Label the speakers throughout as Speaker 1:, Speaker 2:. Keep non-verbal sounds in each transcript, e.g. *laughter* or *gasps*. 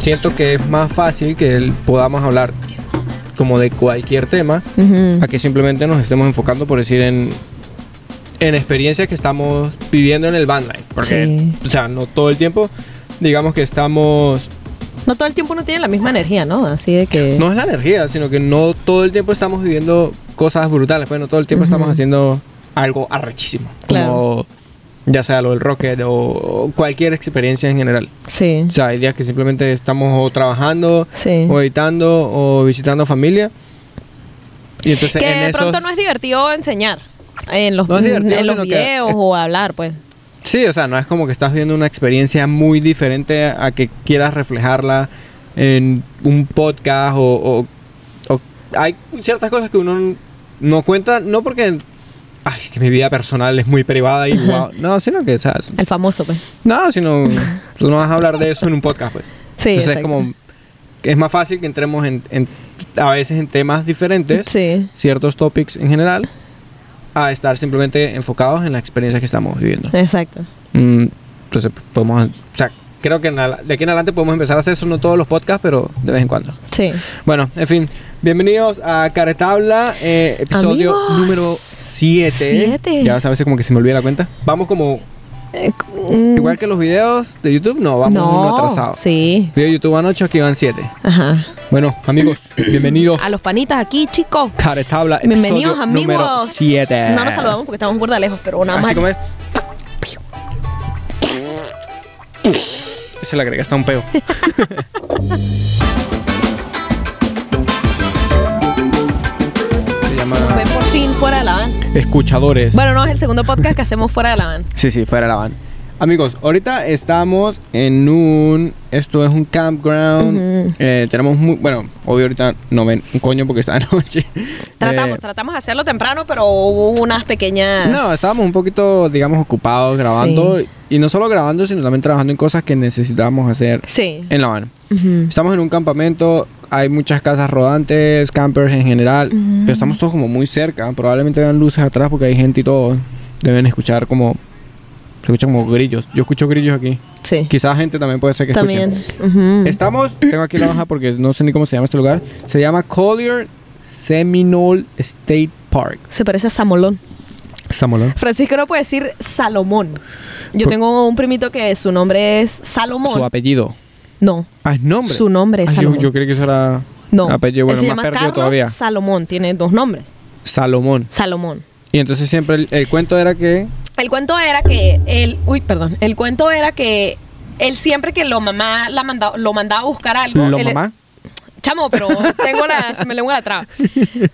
Speaker 1: siento que es más fácil que el- podamos hablar como de cualquier tema
Speaker 2: Ujú.
Speaker 1: a que simplemente nos estemos enfocando por decir en en experiencias que estamos viviendo en el bandlife porque
Speaker 2: Sí.
Speaker 1: o sea no todo el tiempo digamos que estamos
Speaker 2: No todo el tiempo uno tiene la misma energía, ¿no? Así de que...
Speaker 1: no es la energía sino que no todo el tiempo estamos viviendo cosas brutales pues no todo el tiempo estamos haciendo algo arrechísimo como
Speaker 2: Claro.
Speaker 1: ya sea lo del rocket o cualquier experiencia en general
Speaker 2: Sí.
Speaker 1: o sea hay días que simplemente estamos o trabajando
Speaker 2: Sí.
Speaker 1: o editando o visitando familia. Y entonces
Speaker 2: Que
Speaker 1: en
Speaker 2: de
Speaker 1: esos-
Speaker 2: pronto no es divertido enseñar en los,
Speaker 1: No es divertido,
Speaker 2: en los
Speaker 1: sino que-
Speaker 2: videos o hablar, pues.
Speaker 1: Sí, o sea, no es como que estás viendo una experiencia muy diferente a que quieras reflejarla en un podcast o, o- o- hay ciertas cosas que uno n- no cuenta, no porque ay, que mi vida personal es muy privada y guau, no, sino que o sea,
Speaker 2: El famoso, pues.
Speaker 1: no, sino tú no vas a hablar de eso en un podcast, pues.
Speaker 2: Sí,
Speaker 1: Entonces es
Speaker 2: exacto.
Speaker 1: como que es más fácil que entremos en, en- a veces en temas diferentes
Speaker 2: Sí.
Speaker 1: ciertos topics en general a estar simplemente enfocados en la experiencia que estamos viviendo.
Speaker 2: Exacto.
Speaker 1: Mm, entonces p- podemos, o sea, creo que en ala- de aquí en adelante podemos empezar a hacer eso, no todos los podcasts, pero de vez en cuando.
Speaker 2: Sí.
Speaker 1: Bueno, en fin, bienvenidos a Caretabla, eh, episodio
Speaker 2: Amigos.
Speaker 1: número 7.
Speaker 2: Siete.
Speaker 1: Ya sabes como que se me olvida la cuenta. Vamos como,
Speaker 2: Eh, mm,
Speaker 1: igual que los videos de YouTube, no, vamos
Speaker 2: no,
Speaker 1: uno atrasado.
Speaker 2: Sí.
Speaker 1: Video de YouTube van 8, aquí van 7.
Speaker 2: Ajá.
Speaker 1: Bueno, amigos, bienvenidos
Speaker 2: A los panitas aquí, chicos.
Speaker 1: Caretabla, episodio
Speaker 2: Bienvenidos,
Speaker 1: número
Speaker 2: amigos.
Speaker 1: 7.
Speaker 2: No nos saludamos porque estamos burda lejos, pero nada más.
Speaker 1: Así como es. Se le agrega hasta un peo. Se llama
Speaker 2: Ven por fin fuera de la van.
Speaker 1: Escuchadores.
Speaker 2: Bueno, no, es el segundo podcast que hacemos fuera de la van.
Speaker 1: Sí, sí, fuera la van. Amigos, ahorita estamos en un. Esto es un campground.
Speaker 2: Ujú.
Speaker 1: Eh, tenemos muy. Bueno, obvio, ahorita no ven un coño porque está de noche.
Speaker 2: Tratamos,
Speaker 1: Eh,
Speaker 2: tratamos de hacerlo temprano, pero hubo unas pequeñas.
Speaker 1: No, estábamos un poquito, digamos, ocupados grabando.
Speaker 2: Sí.
Speaker 1: Y no solo grabando, sino también trabajando en cosas que necesitábamos hacer
Speaker 2: Sí.
Speaker 1: en La Habana.
Speaker 2: Ujú.
Speaker 1: Estamos en un campamento, hay muchas casas rodantes, campers en general, pero estamos todos como muy cerca. Probablemente vean luces atrás porque hay gente y todo. Deben escuchar como. Se escuchan como grillos. Yo escucho grillos aquí.
Speaker 2: Sí.
Speaker 1: Quizás gente también puede ser que
Speaker 2: También. Mm.
Speaker 1: escuche.
Speaker 2: Ujú.
Speaker 1: Estamos, tengo aquí la hoja porque no sé ni cómo se llama este lugar. Se llama Collier Seminole State Park.
Speaker 2: Se parece a Samolón.
Speaker 1: Samolón.
Speaker 2: Francisco no puede decir Salomón. Yo
Speaker 1: Por-
Speaker 2: tengo un primito que su nombre es Salomón.
Speaker 1: Su apellido.
Speaker 2: no,
Speaker 1: Ah, es nombre.
Speaker 2: Su nombre es
Speaker 1: Ah, yo-
Speaker 2: Salomón.
Speaker 1: Yo, creí que eso era
Speaker 2: no.
Speaker 1: apellido.
Speaker 2: Él
Speaker 1: Ah, pues Bueno,
Speaker 2: se
Speaker 1: más
Speaker 2: llama
Speaker 1: perdido
Speaker 2: Carlos
Speaker 1: todavía.
Speaker 2: Salomón. Tiene dos nombres.
Speaker 1: Salomón.
Speaker 2: Salomón.
Speaker 1: Y entonces siempre el, el cuento era que.
Speaker 2: El cuento era que él, uy, perdón, el cuento era que él siempre que lo mamá la manda- lo mandaba a buscar algo,
Speaker 1: ¿Lo
Speaker 2: él-
Speaker 1: mamá?
Speaker 2: chamo, pero tengo la, se me lengua la traba.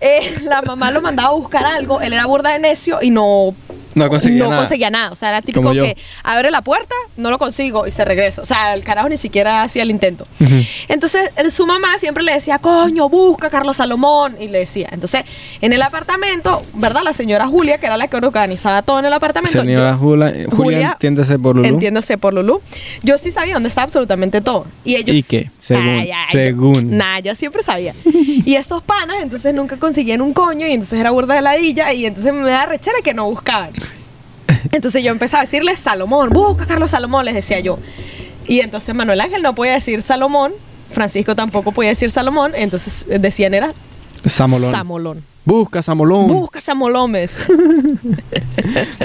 Speaker 2: Eh, la mamá lo mandaba a buscar algo, él era burda de necio y no
Speaker 1: No conseguía
Speaker 2: no
Speaker 1: nada.
Speaker 2: conseguía nada. O sea, era típico
Speaker 1: Como yo.
Speaker 2: que abre la puerta, no lo consigo y se regresa. O sea, el carajo ni siquiera hacía el intento.
Speaker 1: Ujú.
Speaker 2: Entonces, el- su mamá siempre le decía, coño, busca a Carlos Salomón. Y le decía, entonces, en el apartamento, ¿verdad? La señora Julia, que era la que organizaba todo en el apartamento.
Speaker 1: Señora
Speaker 2: yo-
Speaker 1: Julia, Julia, Eh, entiéndase por Lulú.
Speaker 2: Entiéndase por Lulú. Yo sí sabía dónde estaba absolutamente todo. Y ellos.
Speaker 1: ¿Y qué? Según-
Speaker 2: Ay, ay,
Speaker 1: según.
Speaker 2: yo- Nah, yo siempre sabía. y estos panas, entonces nunca conseguían un coño y entonces era burda de ladilla y entonces me da rechera que no buscaban. Entonces yo empecé a decirles Salomón, busca a Carlos Salomón, les decía yo. Y entonces Manuel Ángel no podía decir Salomón, Francisco tampoco podía decir Salomón, entonces eh, decían era
Speaker 1: Samolón.
Speaker 2: Samolón.
Speaker 1: Busca Samolón.
Speaker 2: Busca Samolón, me decía.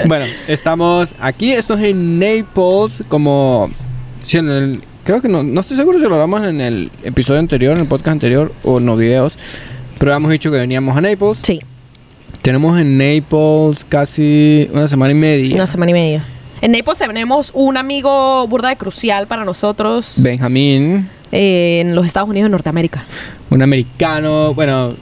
Speaker 1: bueno, estamos aquí. Esto es en Naples, como. Sí, en el. Creo que no, no estoy seguro si lo hablamos en el episodio anterior, en el podcast anterior, o no videos. Pero habíamos dicho que veníamos a Naples.
Speaker 2: Sí,
Speaker 1: Tenemos en Naples casi una semana y media.
Speaker 2: una semana y media. En Naples tenemos un amigo burda de crucial para nosotros
Speaker 1: Benjamín,
Speaker 2: eh, en los Estados Unidos de Norteamérica.
Speaker 1: un americano. Bueno,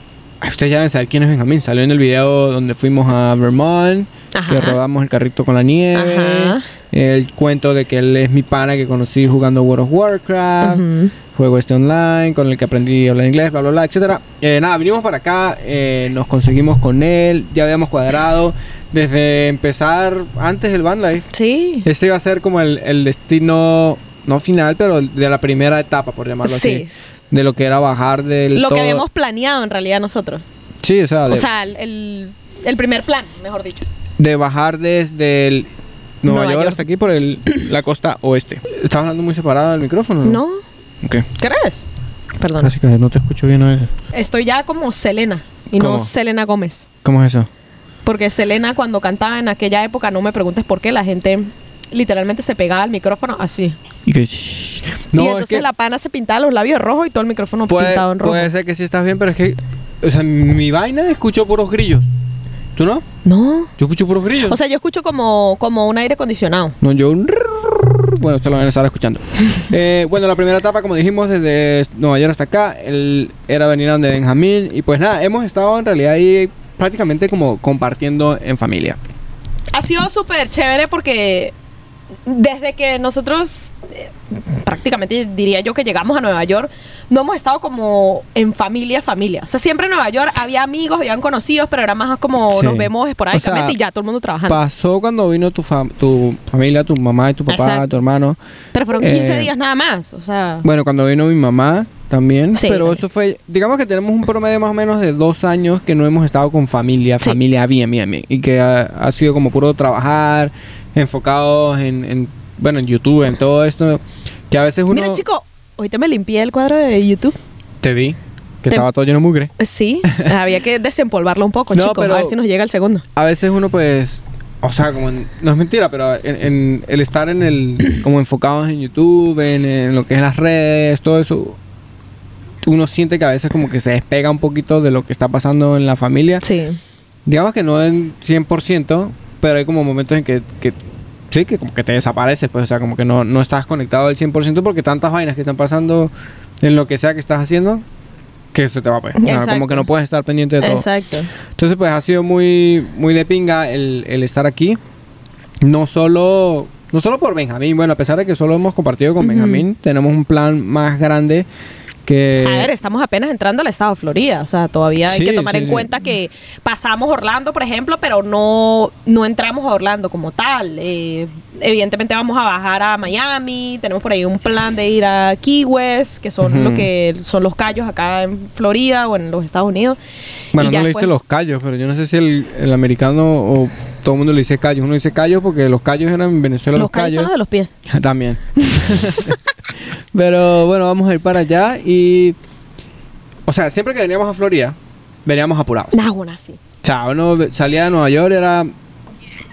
Speaker 1: ustedes ya deben saber quién es Benjamín. Salió en el video donde fuimos a Vermont,
Speaker 2: Ajá.
Speaker 1: que rodamos el carrito con la nieve.
Speaker 2: Ajá.
Speaker 1: El cuento de que él es mi pana que conocí jugando World of Warcraft.
Speaker 2: Ujú.
Speaker 1: Juego este online, con el que aprendí a hablar inglés, bla, bla, bla, etcétera. Eh, nada, vinimos para acá, eh, nos conseguimos con él, ya habíamos cuadrado desde empezar antes del Van Life.
Speaker 2: Sí.
Speaker 1: Este iba a ser como el, el destino, no final, pero de la primera etapa, por llamarlo
Speaker 2: Sí.
Speaker 1: así. de lo que era bajar del
Speaker 2: Lo
Speaker 1: todo-
Speaker 2: que habíamos planeado en realidad nosotros.
Speaker 1: Sí, o sea, de,
Speaker 2: O sea, el- el, el primer plan, mejor dicho.
Speaker 1: de bajar desde el Nueva,
Speaker 2: Nueva
Speaker 1: York,
Speaker 2: York.
Speaker 1: hasta aquí por el, la costa oeste. ¿Estás hablando muy separado del micrófono?
Speaker 2: ¿No?
Speaker 1: Ok.
Speaker 2: ¿Crees? Perdón.
Speaker 1: Mm. Así que no te escucho bien. ¿no?
Speaker 2: Estoy ya como Selena y
Speaker 1: ¿Cómo?
Speaker 2: no Selena Gómez.
Speaker 1: ¿Cómo es eso?
Speaker 2: Porque Selena cuando cantaba en aquella época, no me preguntes por qué, la gente literalmente se pegaba al micrófono así.
Speaker 1: Y que... No,
Speaker 2: y
Speaker 1: es
Speaker 2: entonces
Speaker 1: que
Speaker 2: la pana se pintaba los labios rojos y todo el micrófono
Speaker 1: puede,
Speaker 2: pintado en rojo.
Speaker 1: puede ser que sí estás bien, pero es que... O sea, mi vaina escucho puros grillos. ¿Tú no?
Speaker 2: No.
Speaker 1: Yo escucho puros grillos.
Speaker 2: O sea, yo escucho como, como un aire acondicionado.
Speaker 1: No, yo... un Bueno, ustedes lo van a estar escuchando. Eh, bueno, la primera etapa, como dijimos, desde Nueva York hasta acá, el, era venir a donde Benjamín. Y pues nada, hemos estado en realidad ahí prácticamente como compartiendo en familia.
Speaker 2: Ha sido súper chévere porque desde que nosotros eh, prácticamente diría yo que llegamos a Nueva York, no hemos estado como en familia, familia. O sea, siempre en Nueva York había amigos, habían conocidos, pero era más como
Speaker 1: Sí.
Speaker 2: nos vemos esporádicamente
Speaker 1: O sea,
Speaker 2: y ya todo el mundo trabajando.
Speaker 1: Pasó cuando vino tu, fam- tu familia, tu mamá y tu papá,
Speaker 2: Exacto.
Speaker 1: tu hermano.
Speaker 2: Pero fueron 15
Speaker 1: eh,
Speaker 2: días nada más. O sea,
Speaker 1: Bueno, cuando vino mi mamá también.
Speaker 2: Sí,
Speaker 1: pero
Speaker 2: también.
Speaker 1: eso fue, digamos que tenemos un promedio más o menos de dos años que no hemos estado con familia,
Speaker 2: Sí.
Speaker 1: familia bien, bien, bien. Y que ha, ha sido como puro trabajar, enfocados en, en, bueno, en YouTube, en todo esto. Que a veces uno...
Speaker 2: mira chico, hoy te me limpié el cuadro de YouTube.
Speaker 1: Te vi. Que
Speaker 2: Te-
Speaker 1: estaba todo lleno de mugre.
Speaker 2: Sí, *laughs* había que desempolvarlo un poco,
Speaker 1: No,
Speaker 2: chico,
Speaker 1: pero-
Speaker 2: a ver si nos llega el segundo.
Speaker 1: a veces uno pues o sea como en- no es mentira pero en, en el estar en
Speaker 2: *clears throat*
Speaker 1: el como enfocados en YouTube en, en lo que es las redes todo eso uno siente que a veces como que se despega un poquito de lo que está pasando en la familia
Speaker 2: Sí.
Speaker 1: digamos que no en 100% pero hay como momentos en que, que sí que como que te desapareces pues o sea como que no, no estás conectado al 100% porque tantas vainas que están pasando en lo que sea que estás haciendo que se te va pues O sea, como
Speaker 2: Exacto.
Speaker 1: que no puedes estar pendiente de todo
Speaker 2: Exacto.
Speaker 1: entonces, pues ha sido muy, muy de pinga el, el estar aquí. No solo, no solo por Benjamín, bueno, a pesar de que solo hemos compartido con
Speaker 2: Ujú.
Speaker 1: Benjamín, tenemos un plan más grande que.
Speaker 2: A ver, estamos apenas entrando al estado de Florida, o sea, todavía hay
Speaker 1: Eh, Sí,
Speaker 2: que tomar
Speaker 1: sí,
Speaker 2: en
Speaker 1: sí.
Speaker 2: cuenta que pasamos Orlando, por ejemplo, pero no, no entramos a Orlando como tal. Eh, evidentemente vamos a bajar a Miami, tenemos por ahí un plan de ir a Key West, que son
Speaker 1: Ujú.
Speaker 2: lo que son los callos acá en Florida o en los Estados Unidos.
Speaker 1: bueno, no
Speaker 2: Y ya pues,
Speaker 1: le
Speaker 2: después-
Speaker 1: dice los callos, pero yo no sé si el, el americano o todo el mundo le dice callos. Uno dice callos porque los callos eran en Venezuela
Speaker 2: los,
Speaker 1: los,
Speaker 2: callos son los de los pies.
Speaker 1: *laughs*
Speaker 2: *laughs*
Speaker 1: También. Pero bueno, vamos a ir para allá y. O sea, siempre que veníamos a Florida, veníamos apurados.
Speaker 2: Nah, bueno, así.
Speaker 1: O sea, uno ve- salía de Nueva York, era...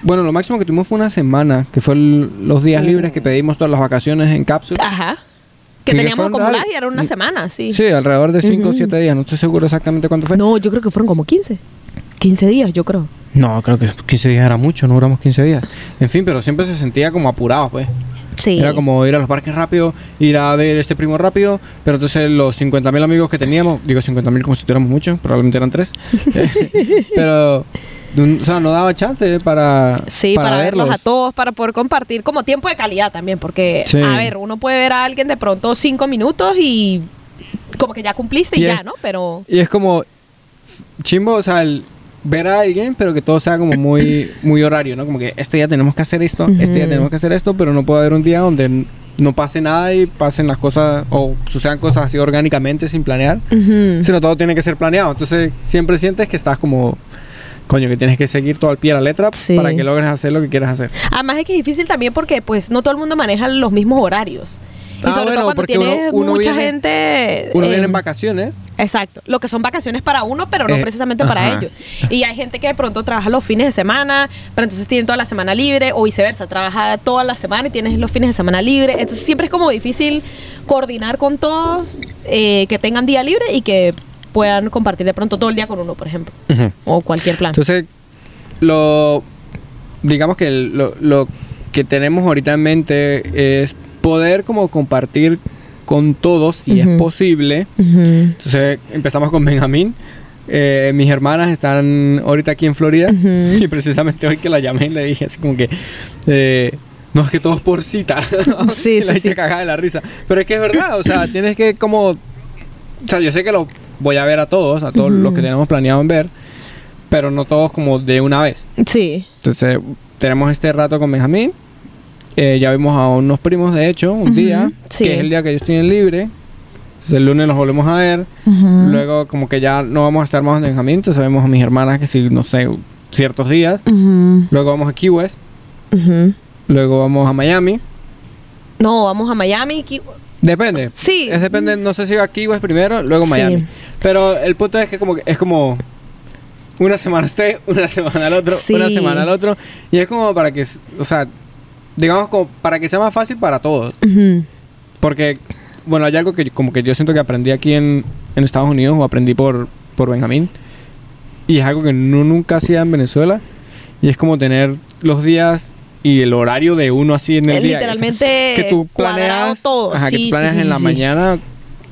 Speaker 1: Bueno, lo máximo que tuvimos fue una semana, que fue el- los días libres que pedimos todas las vacaciones en cápsula.
Speaker 2: Ajá. Que
Speaker 1: Sí, que
Speaker 2: teníamos
Speaker 1: fueron
Speaker 2: acumuladas
Speaker 1: real.
Speaker 2: y era una
Speaker 1: Mm.
Speaker 2: semana, sí.
Speaker 1: Sí, alrededor de 5 o
Speaker 2: Ujú.
Speaker 1: 7 días, no estoy seguro exactamente cuánto fue.
Speaker 2: No, yo creo que fueron como 15. 15 días, yo creo.
Speaker 1: No, creo que 15 días era mucho, no duramos 15 días. En fin, pero siempre se sentía como apurado, pues.
Speaker 2: Sí.
Speaker 1: Era como ir a los parques rápido, ir a ver este primo rápido, pero entonces los 50.000 amigos que teníamos, digo 50.000 como si tuviéramos muchos, probablemente eran tres, *laughs* Eh, pero, un- o sea, no daba chance eh, para,
Speaker 2: Sí, para, verlos a
Speaker 1: verlos.
Speaker 2: todos, para poder compartir como tiempo de calidad también, porque,
Speaker 1: Sí.
Speaker 2: a ver, uno puede ver a alguien de pronto cinco minutos y como que ya cumpliste y
Speaker 1: Y
Speaker 2: ya,
Speaker 1: es-
Speaker 2: ¿no? Pero
Speaker 1: Y es como chimbo, o sea, el ver a alguien, pero que todo sea como muy, muy horario, ¿no? Como que este día tenemos que hacer esto, este día
Speaker 2: Ujú.
Speaker 1: tenemos que hacer esto, pero no puede haber un día donde n- no pase nada y pasen las cosas o sucedan cosas así orgánicamente sin planear, sino todo tiene que ser planeado. Entonces siempre sientes que estás como, coño, que tienes que seguir todo al pie de la letra
Speaker 2: Sí.
Speaker 1: para que logres hacer lo que quieras hacer.
Speaker 2: además es que es difícil también porque pues no todo el mundo maneja los mismos horarios. Y
Speaker 1: Ah,
Speaker 2: sobre
Speaker 1: bueno,
Speaker 2: todo cuando
Speaker 1: porque uno-
Speaker 2: tienes
Speaker 1: uno
Speaker 2: mucha
Speaker 1: viene-
Speaker 2: gente...
Speaker 1: Uno
Speaker 2: eh,
Speaker 1: viene en vacaciones.
Speaker 2: Exacto, lo que son vacaciones para uno, pero no
Speaker 1: Eh,
Speaker 2: precisamente
Speaker 1: ajá.
Speaker 2: para ellos. Y hay gente que de pronto trabaja los fines de semana, pero entonces tienen toda la semana libre, o viceversa, trabaja toda la semana y tienes los fines de semana libre. Entonces siempre es como difícil coordinar con todos eh, que tengan día libre y que puedan compartir de pronto todo el día con uno, por ejemplo, o cualquier plan.
Speaker 1: Entonces, lo digamos que el- lo, lo que tenemos ahorita en mente es poder como compartir con todos si es
Speaker 2: Ujú.
Speaker 1: posible. Entonces empezamos con Benjamín. Eh, mis hermanas están ahorita aquí en Florida *laughs*
Speaker 2: Ujú.
Speaker 1: y precisamente hoy que la llamé le dije así como que eh, no es que todo es por cita. *laughs*
Speaker 2: Sí,
Speaker 1: Y la
Speaker 2: sí,
Speaker 1: eché
Speaker 2: sí.
Speaker 1: cagada de la risa. Pero es que es verdad, o
Speaker 2: *coughs*
Speaker 1: sea, tienes que como... O sea, yo sé que los voy a ver a todos, a todos
Speaker 2: Ujú.
Speaker 1: los que tenemos planeado en ver, pero no todos como de una vez.
Speaker 2: Sí.
Speaker 1: Entonces, tenemos este rato con Benjamín. Eh, ya vimos a unos primos, de hecho, un
Speaker 2: Ujú,
Speaker 1: día,
Speaker 2: sí.
Speaker 1: que es el día que ellos tienen libre. Entonces, el lunes los volvemos a ver.
Speaker 3: Ujú.
Speaker 1: Luego, como que ya no vamos a estar más en Benjamín. Entonces, vemos a mis hermanas que sí, no sé, ciertos días.
Speaker 3: Ujú.
Speaker 1: Luego vamos a Key West.
Speaker 2: Ujú.
Speaker 1: Luego vamos a Miami.
Speaker 2: No, vamos a Miami. Ki-
Speaker 1: Depende.
Speaker 2: Sí.
Speaker 1: Es depende, no sé si va a Key West primero, luego
Speaker 2: Sí.
Speaker 1: Miami. Pero el punto es que como que- es como una semana usted, *laughs* una semana al otro,
Speaker 2: Sí.
Speaker 1: una semana al otro. Y es como para que, s- o sea, digamos como para que sea más fácil para todos.
Speaker 2: Ujú.
Speaker 1: Porque, bueno, hay algo que yo- como que yo siento que aprendí aquí en, en Estados Unidos o aprendí por, por Benjamín. Y es algo que no, nunca hacía en Venezuela. Y es como tener los días y el horario de uno así en el
Speaker 2: Es
Speaker 1: día.
Speaker 2: literalmente
Speaker 1: que tú
Speaker 2: cuadrado
Speaker 1: planeas,
Speaker 2: todo.
Speaker 1: ajá, que
Speaker 2: Sí,
Speaker 1: tú planeas
Speaker 2: sí, sí,
Speaker 1: en la
Speaker 2: sí.
Speaker 1: mañana.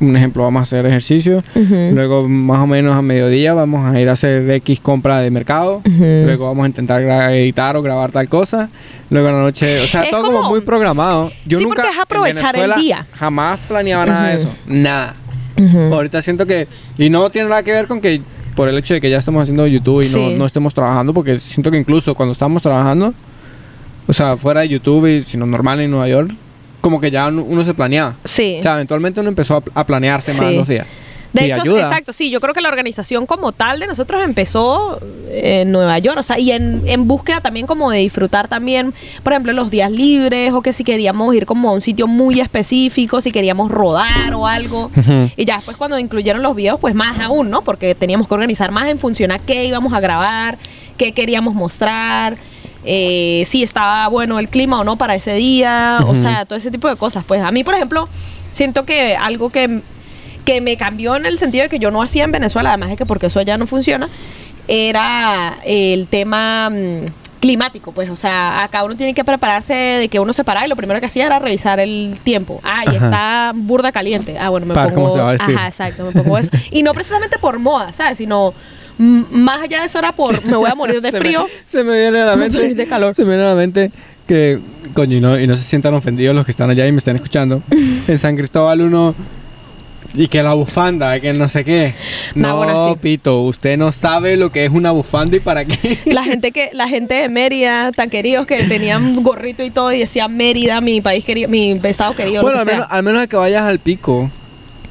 Speaker 1: Un ejemplo, vamos a hacer ejercicio.
Speaker 2: Ujú.
Speaker 1: Luego, más o menos a mediodía, vamos a ir a hacer X compra de mercado.
Speaker 2: Ujú.
Speaker 1: Luego, vamos a intentar gra- editar o grabar tal cosa. Luego, en la noche, o sea,
Speaker 2: Es
Speaker 1: todo como,
Speaker 2: como-
Speaker 1: muy programado. Yo
Speaker 2: Sí,
Speaker 1: nunca.
Speaker 2: porque es
Speaker 1: en
Speaker 2: aprovechar el
Speaker 1: Venezuela
Speaker 2: día.
Speaker 1: Jamás planeaba nada de eso. Nada.
Speaker 2: Ujú.
Speaker 1: Ahorita siento que. Y no tiene nada que ver con que. Por el hecho de que ya estamos haciendo YouTube y no,
Speaker 2: Sí.
Speaker 1: no estemos trabajando, porque siento que incluso cuando estamos trabajando, o sea, fuera de YouTube y sino normal en Nueva York, como que ya uno- uno se planeaba.
Speaker 2: Sí.
Speaker 1: O sea, eventualmente uno empezó a, a planearse más
Speaker 2: Sí.
Speaker 1: los días.
Speaker 2: De
Speaker 1: Y
Speaker 2: hecho,
Speaker 1: ayuda.
Speaker 2: exacto, sí, yo creo que la organización como tal de nosotros empezó eh, en Nueva York, o sea, y en, en búsqueda también como de disfrutar también, por ejemplo, los días libres, o que si queríamos ir como a un sitio muy específico, si queríamos rodar o algo.
Speaker 1: Ujú.
Speaker 2: Y ya después cuando incluyeron los videos, pues más aún, ¿no? Porque teníamos que organizar más en función a qué íbamos a grabar, qué queríamos mostrar. eh, si estaba bueno el clima o no para ese día, o
Speaker 1: Ujú.
Speaker 2: sea, todo ese tipo de cosas. Pues a mí, por ejemplo, siento que algo que que me cambió en el sentido de que yo no hacía en Venezuela, además de que porque eso allá no funciona, era el tema mm, climático, pues, o sea, acá uno tiene que prepararse de que uno se paraba y lo primero que hacía era revisar el tiempo. Ah, y
Speaker 1: Ajá.
Speaker 2: está burda caliente. Ah, bueno, me
Speaker 1: Para ver
Speaker 2: pongo...
Speaker 1: cómo se va a vestir.
Speaker 2: Ajá, exacto, me pongo eso. Y no precisamente por moda, ¿sabes? Sino mm, más allá de eso era por me voy a morir de
Speaker 1: *laughs* Se me-
Speaker 2: frío.
Speaker 1: se me viene a
Speaker 2: *laughs*
Speaker 1: la
Speaker 2: Me voy a
Speaker 1: mente.
Speaker 2: morir de calor.
Speaker 1: Se me viene a la mente que, coño, y no, y no se sientan ofendidos los que están allá y me están
Speaker 2: *laughs*
Speaker 1: escuchando. en San Cristóbal uno. Y que la bufanda, que no sé qué.
Speaker 2: Nah,
Speaker 1: No,
Speaker 2: bueno, sí.
Speaker 1: Pito, usted no sabe lo que es una bufanda y para qué.
Speaker 2: *laughs* La gente que, la gente de Mérida, tan queridos que tenían gorrito y todo, y decían Mérida, mi país querido, mi estado querido.
Speaker 1: bueno,
Speaker 2: lo
Speaker 1: al
Speaker 2: que sea.
Speaker 1: menos, al menos que vayas al pico.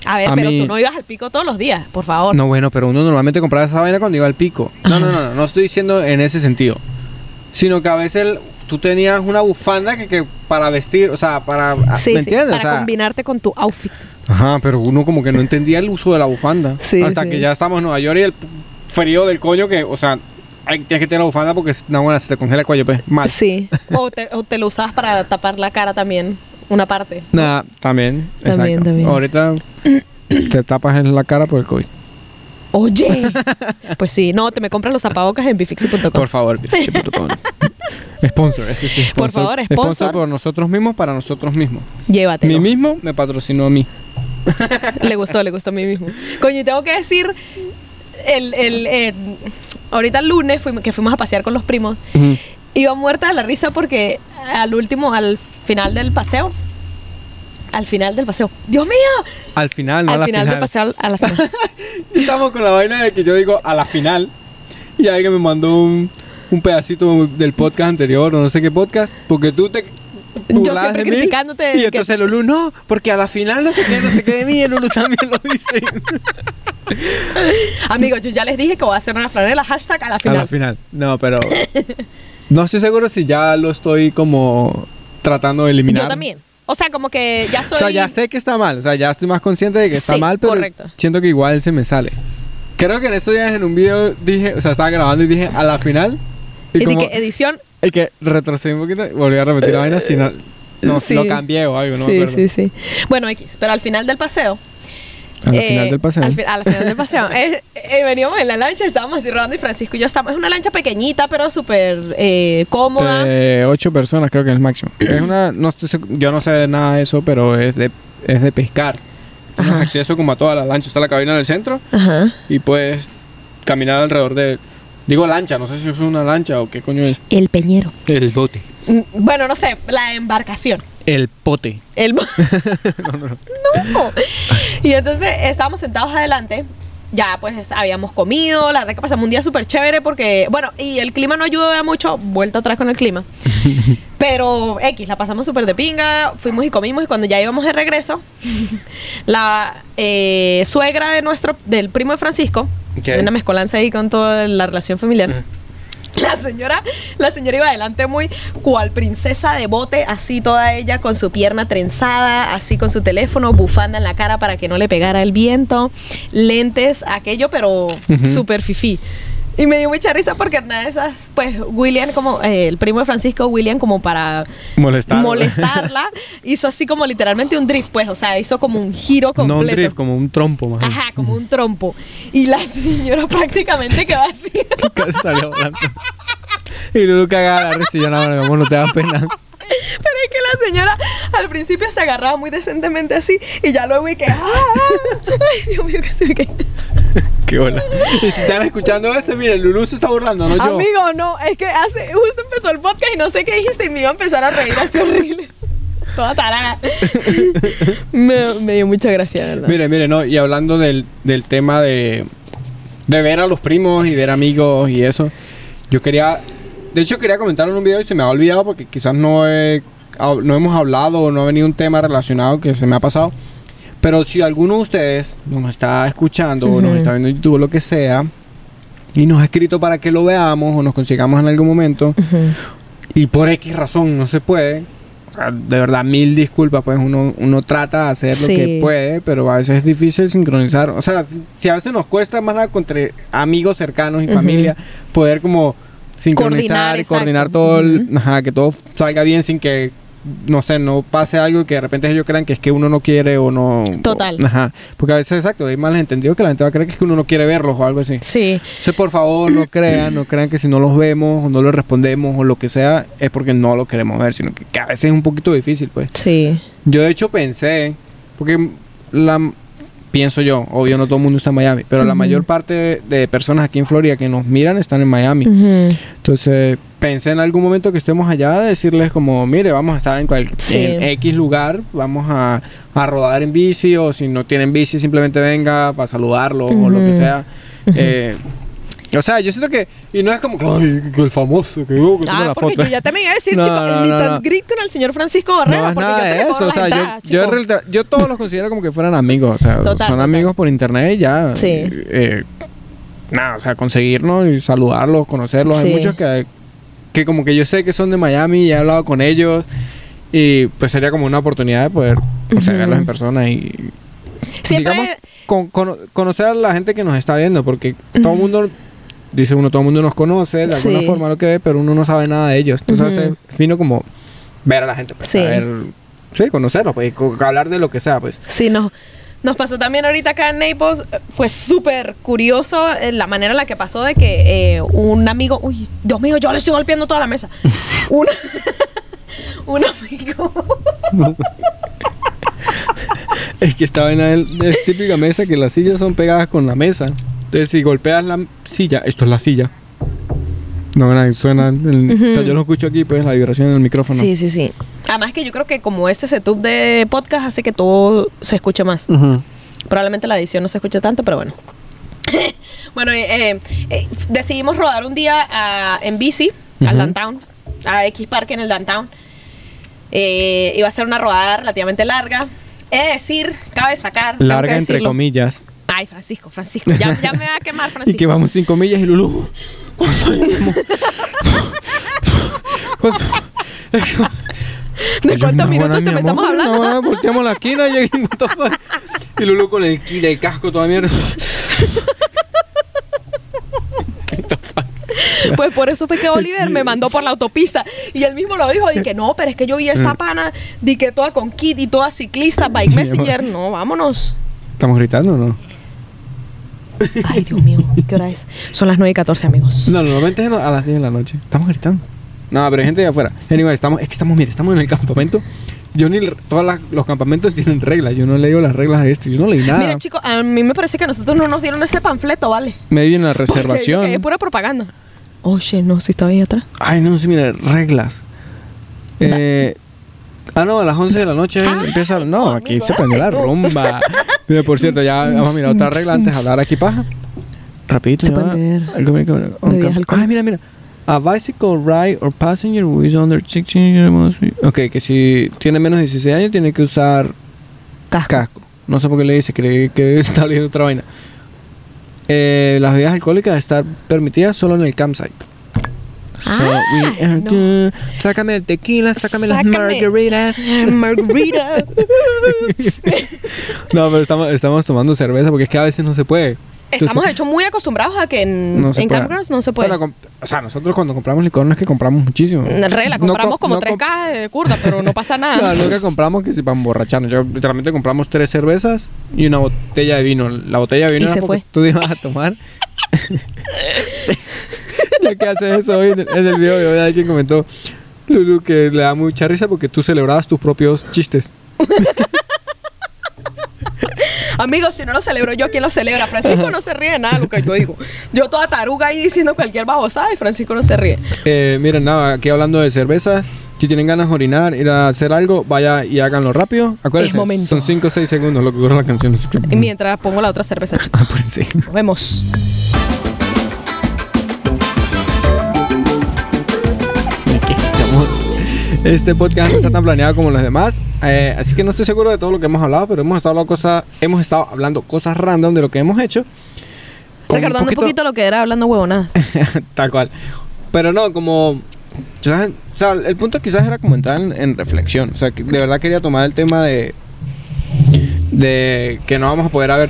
Speaker 2: A ver,
Speaker 1: A
Speaker 2: pero
Speaker 1: mí-
Speaker 2: tú no ibas al pico todos los días, por favor.
Speaker 1: No, bueno, pero uno normalmente compraba esa vaina cuando iba al pico. No, no, no, no, no estoy diciendo en ese sentido. Sino que a veces el- tú tenías una bufanda que, que para vestir, o sea, para...
Speaker 2: Sí,
Speaker 1: Ah, ¿Me
Speaker 2: sí,
Speaker 1: entiendes?
Speaker 2: para
Speaker 1: O sea,
Speaker 2: combinarte con tu outfit.
Speaker 1: Ajá, pero uno como que no entendía el uso de la bufanda.
Speaker 2: *laughs* Sí,
Speaker 1: hasta
Speaker 2: sí.
Speaker 1: que ya estamos en Nueva York y el p- frío del coño que, o sea, hay- tienes que tener la bufanda porque no, bueno, se te congela el cuello, pues, mal.
Speaker 2: Sí. o, te, o te lo usabas para tapar la cara también, una parte.
Speaker 1: Nada, también,
Speaker 3: También,
Speaker 1: exacto.
Speaker 3: también.
Speaker 2: *coughs*
Speaker 1: Ahorita te tapas en la cara por el COVID. *laughs*
Speaker 2: Oye. pues sí, no, te me compras los zapabocas en bifixi.com.
Speaker 1: Por favor, bitch.com. *laughs* sponsor, este sí, sponsor.
Speaker 2: Por favor, sponsor.
Speaker 1: por nosotros mismos, para nosotros mismos.
Speaker 2: Llévatelo.
Speaker 1: Mí mismo me patrocinó a mí.
Speaker 2: Le gustó, le gustó a mí mismo. Coño, y tengo que decir, el, el, eh, ahorita el lunes fuimos- que fuimos a pasear con los primos, iba muerta de la risa porque al último, al final del paseo, al final del paseo, Dios mío,
Speaker 1: Al final, no a
Speaker 2: al
Speaker 1: la
Speaker 2: final,
Speaker 1: final.
Speaker 2: del paseo, al- a la final.
Speaker 1: *laughs* Estamos con la vaina de que yo digo a la final. Y alguien me mandó un, un pedacito del podcast anterior, o no sé qué podcast, porque tú te.
Speaker 2: Yo
Speaker 1: burlabas
Speaker 2: siempre
Speaker 1: de mí,
Speaker 2: criticándote de
Speaker 1: Y
Speaker 2: que-
Speaker 1: entonces el Lulu, no, porque a la final no sé qué, no sé qué de mí, el Lulu también lo dice.
Speaker 2: Amigos, yo ya les dije que voy a hacer una franela hashtag a la
Speaker 1: A
Speaker 2: final.
Speaker 1: la final. No,
Speaker 2: *laughs*
Speaker 1: pero. No estoy seguro si ya lo estoy como tratando de eliminar.
Speaker 2: Yo también. O sea, como que ya estoy.
Speaker 1: O sea, ya sé que está mal, o sea, ya estoy más consciente de que está
Speaker 2: Sí,
Speaker 1: mal, pero
Speaker 2: correcto.
Speaker 1: siento que igual se me sale. Creo que en estos días en un video dije, o sea, estaba grabando y dije a la final.
Speaker 2: y
Speaker 1: Y,
Speaker 2: de
Speaker 1: como,
Speaker 2: que edición.
Speaker 1: y que retrocedí un poquito, volví a repetir la vaina, sino, no,
Speaker 2: Sí.
Speaker 1: lo cambié o algo, no me
Speaker 2: sí,
Speaker 1: acuerdo.
Speaker 2: sí, sí. Bueno, X, pero al final del paseo.
Speaker 1: A la
Speaker 2: eh,
Speaker 1: final del paseo.
Speaker 2: al fi- a la final
Speaker 1: *laughs*
Speaker 2: del paseo. eh, eh, veníamos en la lancha, estábamos así rodando y Francisco y yo estábamos. Es una lancha pequeñita, pero súper eh, cómoda.
Speaker 1: De ocho personas creo que es el máximo. Es una, no estoy seg- yo no sé de nada de eso, pero es de, es de pescar. Tienes
Speaker 2: Ajá.
Speaker 1: acceso como a toda la lancha, está la cabina en el centro
Speaker 2: Ajá.
Speaker 1: y puedes caminar alrededor de... Digo lancha, no sé si es una lancha o qué coño es.
Speaker 3: El peñero.
Speaker 1: El bote.
Speaker 2: Mm, Bueno, no sé, la embarcación.
Speaker 1: El *laughs* pote.
Speaker 2: *laughs* El no, no. Y entonces estábamos sentados adelante ya pues habíamos comido, la verdad que pasamos un día súper chévere porque, bueno, y el clima no ayudaba mucho, vuelta atrás con el clima. Pero X, la pasamos súper de pinga, fuimos y comimos y cuando ya íbamos de regreso, la eh, suegra de nuestro, del primo de Francisco,
Speaker 1: Ok.
Speaker 2: hay una mezcolanza ahí con toda la relación familiar. La señora, la señora iba adelante muy cual princesa de bote, así toda ella con su pierna trenzada, así con su teléfono, bufanda en la cara para que no le pegara el viento, lentes, aquello, pero
Speaker 1: Ujú.
Speaker 2: súper fifí. Y me dio mucha risa porque nada de esas, pues William, como eh, el primo de Francisco, William, como para
Speaker 1: Molestar.
Speaker 2: molestarla, hizo así como literalmente un drift, pues, o sea, hizo como un giro completo.
Speaker 1: No *laughs* un drift, como un trompo *laughs* más. bien.
Speaker 2: Ajá, como un trompo. Y la señora *laughs* prácticamente quedó así.
Speaker 1: Casi salió volando. Y Lulu cagada la risa y yo, no, no, mi amor, no te da pena.
Speaker 2: Pero es que la señora al principio se agarraba muy decentemente así y ya luego y que. ¡ah! Ay, Dios mío, casi me caí.
Speaker 1: Qué hola. Y si están escuchando eso, miren, Lulu se está burlando, no yo.
Speaker 2: Amigo, no, es que hace, justo empezó el podcast y no sé qué dijiste y me iba a empezar a reír así horrible. *laughs* Toda tarada. me, me dio mucha gracia, de ¿verdad?
Speaker 1: Mire, mire, no, y hablando del, del tema de, de ver a los primos y ver amigos y eso, yo quería, de hecho quería comentarlo en un video y se me ha olvidado porque quizás no, he- hab- no hemos hablado o no ha venido un tema relacionado que se me ha pasado, pero si alguno de ustedes nos está escuchando o nos
Speaker 2: Ujú.
Speaker 1: está viendo en YouTube o lo que sea, y nos ha escrito para que lo veamos o nos consigamos en algún momento, y por X razón no se puede, ah, de verdad, mil disculpas, pues uno, uno trata de hacer lo
Speaker 2: Sí.
Speaker 1: que puede, pero a veces es difícil sincronizar. O sea, si a veces nos cuesta más nada contra amigos cercanos y
Speaker 2: Ujú.
Speaker 1: familia poder como sincronizar
Speaker 2: Coordinar,
Speaker 1: y coordinar
Speaker 2: exacto.
Speaker 1: todo, el- ajá, que todo salga bien sin que, no sé, no pase algo que de repente ellos crean que es que uno no quiere o no.
Speaker 2: Total.
Speaker 1: o- ajá, porque a veces, exacto, hay malentendido que la gente va a creer que es que uno no quiere verlos o algo así.
Speaker 2: Sí.
Speaker 1: Entonces, por favor, no crean, no crean que si no los vemos o no les respondemos o lo que sea, es porque no los queremos ver, sino que, que a veces es un poquito difícil, pues.
Speaker 2: Sí.
Speaker 1: Yo, de hecho, pensé, porque la pienso yo, obvio no todo el mundo está en Miami, pero la
Speaker 2: Ujú.
Speaker 1: mayor parte de, de personas aquí en Florida que nos miran están en Miami. Entonces, pensé en algún momento que estemos allá, decirles como, mire, vamos a estar en, cual-
Speaker 2: Sí.
Speaker 1: en X lugar, vamos a, a rodar en bici, o si no tienen bici, simplemente venga para saludarlo o lo que
Speaker 2: Ujú.
Speaker 1: sea. Eh, o sea, yo siento que, y no es como que, "Ay, que el famoso, que digo que tiene
Speaker 2: Ah,
Speaker 1: la
Speaker 2: porque
Speaker 1: foto.
Speaker 2: yo ya también iba a decir,
Speaker 1: No,
Speaker 2: chico,
Speaker 1: no,
Speaker 2: ni
Speaker 1: no,
Speaker 2: tan
Speaker 1: no.
Speaker 2: grit con el señor Francisco Barrera,
Speaker 1: No es
Speaker 2: porque
Speaker 1: nada
Speaker 2: yo te
Speaker 1: de
Speaker 2: le cobro
Speaker 1: eso, o
Speaker 2: las
Speaker 1: sea,
Speaker 2: entradas,
Speaker 1: yo, yo,
Speaker 2: chico.
Speaker 1: en realidad- yo todos los considero como que fueran amigos, o sea,
Speaker 2: Total,
Speaker 1: son
Speaker 2: total.
Speaker 1: amigos por internet y ya.
Speaker 2: Sí.
Speaker 1: eh, eh, nada, o sea, conseguirnos y saludarlos, conocerlos. Hay
Speaker 2: Sí.
Speaker 1: muchos que, que como que yo sé que son de Miami y he hablado con ellos y pues sería como una oportunidad de poder, o sea,
Speaker 2: Ujú.
Speaker 1: verlos en persona y...
Speaker 2: Siempre-
Speaker 1: Digamos, con- cono- conocer a la gente que nos está viendo, porque todo el mundo, dice uno, todo el mundo nos conoce, de alguna
Speaker 2: Sí.
Speaker 1: forma lo que ve, pero uno no sabe nada de ellos. Entonces
Speaker 2: Ujú.
Speaker 1: es fino como ver a la gente, pues,
Speaker 2: Sí.
Speaker 1: saber- sí, conocerlos, pues, y co- hablar de lo que sea, pues.
Speaker 2: Sí, nos, nos pasó también ahorita acá en Naples. eh, Fue súper curioso eh, la manera en la que pasó de que eh, un amigo. Uy, Dios mío, yo le estoy golpeando toda la mesa. *laughs* un, un amigo.
Speaker 1: *laughs* Es que esta vaina es, es típica mesa que las sillas son pegadas con la mesa. Entonces, si golpeas la silla, esto es la silla. No, no, suena. el- o sea, yo lo escucho aquí, pues la vibración del micrófono.
Speaker 2: sí, sí. Además que yo creo que como este setup de podcast hace que todo se escuche más.
Speaker 1: Ujú.
Speaker 2: Probablemente la edición no se escuche tanto, pero bueno. *laughs* bueno, eh, eh, eh, decidimos rodar un día a- en bici al
Speaker 1: Ujú.
Speaker 2: downtown, a X Parque en el downtown. Eh, iba a ser una rodada relativamente larga. He de decir, cabe sacar. tengo que
Speaker 1: Larga entre
Speaker 2: decirlo.
Speaker 1: comillas.
Speaker 2: Ay, Francisco, Francisco, ya, ya me va a quemar,
Speaker 1: *laughs* Y que
Speaker 2: Francisco.
Speaker 1: vamos cinco millas y Lulú. ¿Cuánto
Speaker 2: *laughs*
Speaker 1: íbamos? ¿Cuánto?
Speaker 2: ¿De
Speaker 1: Yo,
Speaker 2: cuántos
Speaker 1: no,
Speaker 2: minutos
Speaker 1: bueno,
Speaker 2: te
Speaker 1: mi
Speaker 2: me estamos
Speaker 1: amor,
Speaker 2: hablando?
Speaker 1: no, bueno, volteamos la esquina y llegué, what the fuck. Y Lulú con el, ki- el casco toda mierda.
Speaker 2: *laughs* Pues por eso fue
Speaker 1: *laughs*
Speaker 2: que Oliver me mandó por la autopista. Y él mismo lo dijo, di que no, pero es que yo vi a
Speaker 1: Mm.
Speaker 2: esta pana, di que toda con kit y toda ciclista,
Speaker 1: *laughs*
Speaker 2: bike
Speaker 1: Mi amor.
Speaker 2: messenger. No, vámonos.
Speaker 1: ¿Estamos gritando o no?
Speaker 2: Ay, Dios mío, ¿qué hora es? Son las 9 y 14, amigos.
Speaker 1: No, normalmente es a las 10 de la noche. Estamos gritando. No, pero hay gente de afuera. Anyway, estamos, es que estamos, mire, estamos en el campamento. Yo ni todos los campamentos tienen reglas. Yo no leo las reglas de este. Yo no leí nada.
Speaker 2: Mira, chicos, a mí me parece que a nosotros no nos dieron ese panfleto, ¿vale?
Speaker 1: Me vi en la
Speaker 2: Porque
Speaker 1: reservación.
Speaker 2: Es pura propaganda. Oye, no, si estaba ahí atrás.
Speaker 1: Ay, no, sí, mira, reglas. Eh, Ah, no, a las 11 de la noche
Speaker 2: Ay,
Speaker 1: empieza. No, aquí
Speaker 2: Ah. amigo,
Speaker 1: se prendió la
Speaker 2: ay, no.
Speaker 1: rumba. Mira, por cierto, ya vamos a mirar otra regla antes de hablar aquí paja. Rapidito.
Speaker 2: Se
Speaker 1: ya
Speaker 2: pueden
Speaker 1: va.
Speaker 2: beber
Speaker 1: Alcohol, alcohol,
Speaker 2: bebidas
Speaker 1: alcohol.
Speaker 2: alcohólicas.
Speaker 1: Ay, mira, mira. A bicycle ride or passenger who is under 16 years must be- Ok, que si tiene menos de 16 años tiene que usar
Speaker 2: Casco.
Speaker 1: casco. No sé por qué le dice, cree que *laughs* está leyendo otra vaina. Eh, las bebidas alcohólicas están permitidas solo en el campsite. So we are
Speaker 2: Ah, no.
Speaker 1: good. Sácame el tequila, sácame,
Speaker 2: Sácame.
Speaker 1: las margaritas.
Speaker 2: *laughs* Margarita.
Speaker 1: *laughs* No, pero estamos, estamos tomando cerveza porque es que a veces no se puede.
Speaker 2: Estamos, pues. de
Speaker 1: Entonces,
Speaker 2: hecho, muy acostumbrados a que en,
Speaker 1: no se
Speaker 2: en
Speaker 1: puede.
Speaker 2: Camp Girls no se puede.
Speaker 1: Bueno, com- o sea, nosotros cuando compramos licor no es que compramos muchísimo.
Speaker 2: Regla,
Speaker 1: No
Speaker 2: compramos
Speaker 1: co-
Speaker 2: como
Speaker 1: no
Speaker 2: tres
Speaker 1: com-
Speaker 2: cajas de curda, pero no
Speaker 1: *laughs*
Speaker 2: pasa nada.
Speaker 1: No, nunca compramos que si para emborracharnos. Yo literalmente compramos tres cervezas y una botella de vino. La botella de vino
Speaker 2: Y
Speaker 1: era
Speaker 2: se
Speaker 1: porque
Speaker 2: fue.
Speaker 1: tú ibas a tomar. *laughs* ¿De qué haces eso hoy en el, en el video? de hoy? alguien comentó, Lulu, que le da mucha risa porque tú celebrabas tus propios chistes.
Speaker 2: Amigos, si no lo celebro yo, ¿quién lo celebra? Francisco no se ríe de nada de lo que yo digo. Yo toda taruga ahí diciendo cualquier babosada y Francisco no se ríe.
Speaker 1: Eh, miren, nada, aquí hablando de cerveza. Si tienen ganas de orinar, ir a hacer algo, vaya y háganlo rápido. Acuérdense,
Speaker 2: Es momento.
Speaker 1: son 5 o 6 segundos lo que dura la canción. *laughs*
Speaker 2: Y mientras pongo la otra cerveza, chicos.
Speaker 1: Apúrense.
Speaker 2: Nos vemos.
Speaker 1: *laughs* Este podcast no está tan planeado como los demás, eh, así que no estoy seguro de todo lo que hemos hablado, pero hemos estado hablando cosas, hemos estado hablando cosas random de lo que hemos hecho. *laughs* Con un
Speaker 2: Recordando un poquito, lo que era hablando
Speaker 1: *laughs*
Speaker 2: huevonadas.
Speaker 1: Tal cual. Pero no, como. quizás- o sea, el punto quizás era como entrar en, en reflexión. O sea, que de verdad quería tomar el tema de. de que no vamos a poder a ver.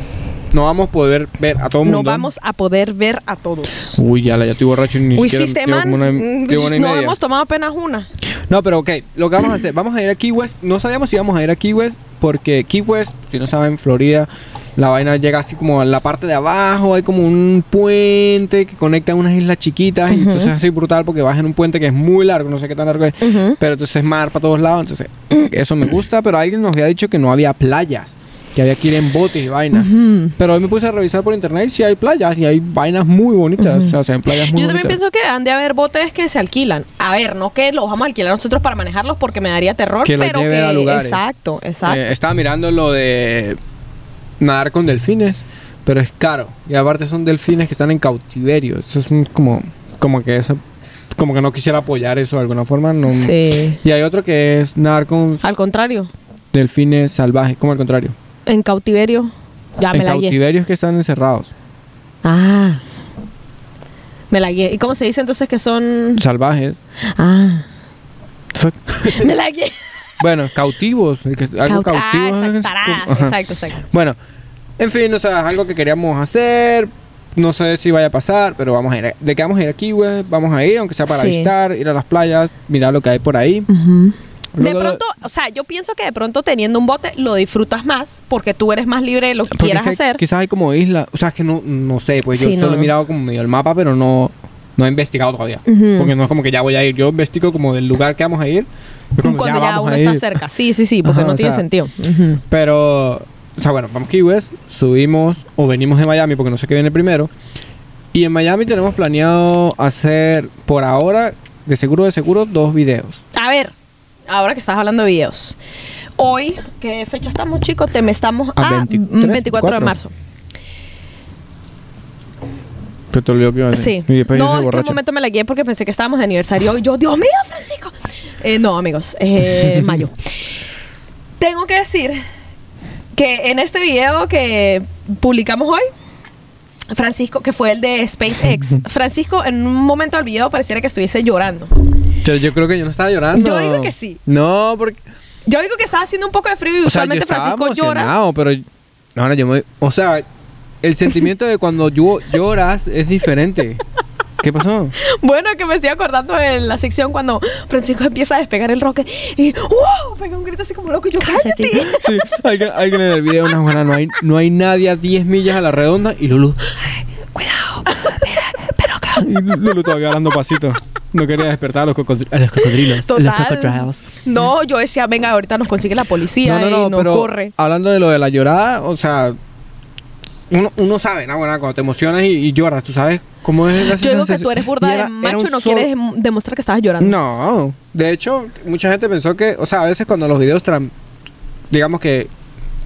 Speaker 1: No vamos a poder ver a todo el
Speaker 2: No
Speaker 1: mundo.
Speaker 2: vamos a poder ver a todos.
Speaker 1: Uy, ya, la- ya estoy borracho y ni
Speaker 2: Uy,
Speaker 1: siquiera.
Speaker 2: sistema.
Speaker 1: llevo como una-
Speaker 2: mm,
Speaker 1: llevo una y
Speaker 2: No
Speaker 1: media.
Speaker 2: hemos tomado apenas una.
Speaker 1: No, pero ok, lo que vamos a hacer, vamos a ir a Key West. No sabíamos si íbamos a ir a Key West porque Key West, si no saben, Florida, la vaina llega así como a la parte de abajo, hay como un puente que conecta unas islas chiquitas y entonces es así brutal porque vas en un puente que es muy largo, no sé qué tan largo es,
Speaker 2: Ujú.
Speaker 1: pero entonces es mar para todos lados, entonces eso me gusta, pero alguien nos había dicho que no había playas, que había que ir en botes y vainas. Pero hoy me puse a revisar por internet y sí hay playas y hay vainas muy bonitas, o sea, se ven playas muy
Speaker 2: Yo
Speaker 1: bonitas.
Speaker 2: también pienso que han de haber botes que se alquilan. A ver, no que los vamos a alquilar nosotros para manejarlos porque me daría terror,
Speaker 1: Que los
Speaker 2: pero
Speaker 1: lleven
Speaker 2: que
Speaker 1: a lugares.
Speaker 2: exacto, exacto.
Speaker 1: Eh, estaba mirando lo de nadar con delfines, pero es caro. Y aparte son delfines que están en cautiverio. Eso es un- como, como que eso, como que no quisiera apoyar eso de alguna forma. No.
Speaker 2: sí.
Speaker 1: Y hay otro que es nadar con
Speaker 2: Al contrario,
Speaker 1: delfines salvajes, como al contrario.
Speaker 2: en cautiverio ya me
Speaker 1: en
Speaker 2: la guié.
Speaker 1: cautiverio es que están encerrados.
Speaker 2: Ah. Me la guié. ¿Y cómo se dice entonces que son
Speaker 1: Salvajes.
Speaker 2: Ah.
Speaker 1: Fuck.
Speaker 2: *laughs* Me la guié.
Speaker 1: bueno, cautivos. el que- algo
Speaker 2: Caut- ah,
Speaker 1: cautivo es
Speaker 2: exacto,
Speaker 1: como-
Speaker 2: ah,
Speaker 1: ajá.
Speaker 2: exacto, exacto.
Speaker 1: Bueno, en fin, o sea, es algo que queríamos hacer. No sé si vaya a pasar, pero vamos a ir. a- ¿De qué vamos a ir aquí, güey? Vamos a ir, aunque sea para
Speaker 2: Sí.
Speaker 1: visitar, ir a las playas, mirar lo que hay por ahí.
Speaker 2: De
Speaker 1: Luego-
Speaker 2: pronto, o sea, yo pienso que de pronto teniendo un bote lo disfrutas más porque tú eres más libre de lo que
Speaker 1: porque
Speaker 2: quieras
Speaker 1: es que
Speaker 2: hacer.
Speaker 1: Quizás hay como islas. O sea, es que no, no sé, pues yo
Speaker 2: Sí,
Speaker 1: solo
Speaker 2: no.
Speaker 1: he mirado como medio el mapa, pero no, no he investigado todavía.
Speaker 2: Ujú.
Speaker 1: Porque no es como que ya voy a ir. Yo investigo como del lugar que vamos a ir. es como,
Speaker 2: Cuando ya,
Speaker 1: vamos
Speaker 2: uno
Speaker 1: a
Speaker 2: está
Speaker 1: ir.
Speaker 2: cerca. Sí, sí, sí, porque
Speaker 1: Ajá,
Speaker 2: no
Speaker 1: o
Speaker 2: tiene
Speaker 1: sea,
Speaker 2: sentido. Ujú.
Speaker 1: Pero, o sea, bueno, vamos Key West, subimos o venimos de Miami porque no sé qué viene primero. Y en Miami tenemos planeado hacer por ahora, de seguro, de seguro, dos videos.
Speaker 2: A ver, ahora que estás hablando de videos. Hoy, ¿qué fecha estamos, chicos? Te me estamos
Speaker 1: A
Speaker 2: a
Speaker 1: 23,
Speaker 2: 24
Speaker 1: 4.
Speaker 2: de marzo.
Speaker 1: Pero te olvidó que iba a
Speaker 2: Sí.
Speaker 1: decir.
Speaker 2: No, en este un momento me la guié porque pensé que estábamos de aniversario. Y yo, Dios mío, Francisco. Eh, no, amigos,
Speaker 1: *laughs*
Speaker 2: es en mayo. Tengo que decir que en este video que publicamos hoy, Francisco, que fue el
Speaker 1: *laughs*
Speaker 2: de SpaceX, Francisco en un momento del video pareciera que estuviese llorando.
Speaker 1: Yo, yo creo que yo no estaba llorando.
Speaker 2: Yo digo que sí.
Speaker 1: No, porque.
Speaker 2: Yo digo que estaba haciendo un poco de frío
Speaker 1: O
Speaker 2: y
Speaker 1: sea, yo
Speaker 2: usualmente
Speaker 1: estaba
Speaker 2: Francisco llora.
Speaker 1: emocionado, pero. Ahora yo me. O sea, el sentimiento de cuando llo- lloras es
Speaker 2: *laughs*
Speaker 1: diferente. ¿Qué pasó?
Speaker 2: Bueno, que me estoy acordando de la sección cuando Francisco empieza a despegar el rocket y ¡wow! Pega un grito así como loco y
Speaker 1: *laughs*
Speaker 2: yo ¡cállate! *laughs*
Speaker 1: Sí, alguien, alguien en el video, una buena, no hay, no hay nadie a 10 millas a la redonda y Lulu.
Speaker 2: ¡Cuidado! ¡Pero que...
Speaker 1: Y Lulu todavía dando pasitos. No quería despertar a los, cocodri- a los cocodrilos. Los
Speaker 2: Total.
Speaker 1: cocodrilos.
Speaker 2: No, yo decía, venga, ahorita nos consigue la policía
Speaker 1: No, no, no,
Speaker 2: y nos
Speaker 1: pero
Speaker 2: corre.
Speaker 1: hablando de lo de la llorada, o sea, uno, uno sabe, ¿no? Bueno, cuando te emocionas y, y lloras, tú sabes cómo es la
Speaker 2: Yo digo que
Speaker 1: sensación.
Speaker 2: tú eres burda
Speaker 1: Y
Speaker 2: de
Speaker 1: era- era
Speaker 2: macho
Speaker 1: un
Speaker 2: y
Speaker 1: solo-
Speaker 2: no quieres dem- demostrar que estabas llorando.
Speaker 1: No, de hecho, mucha gente pensó que, o sea, a veces cuando los videos, tran- digamos que,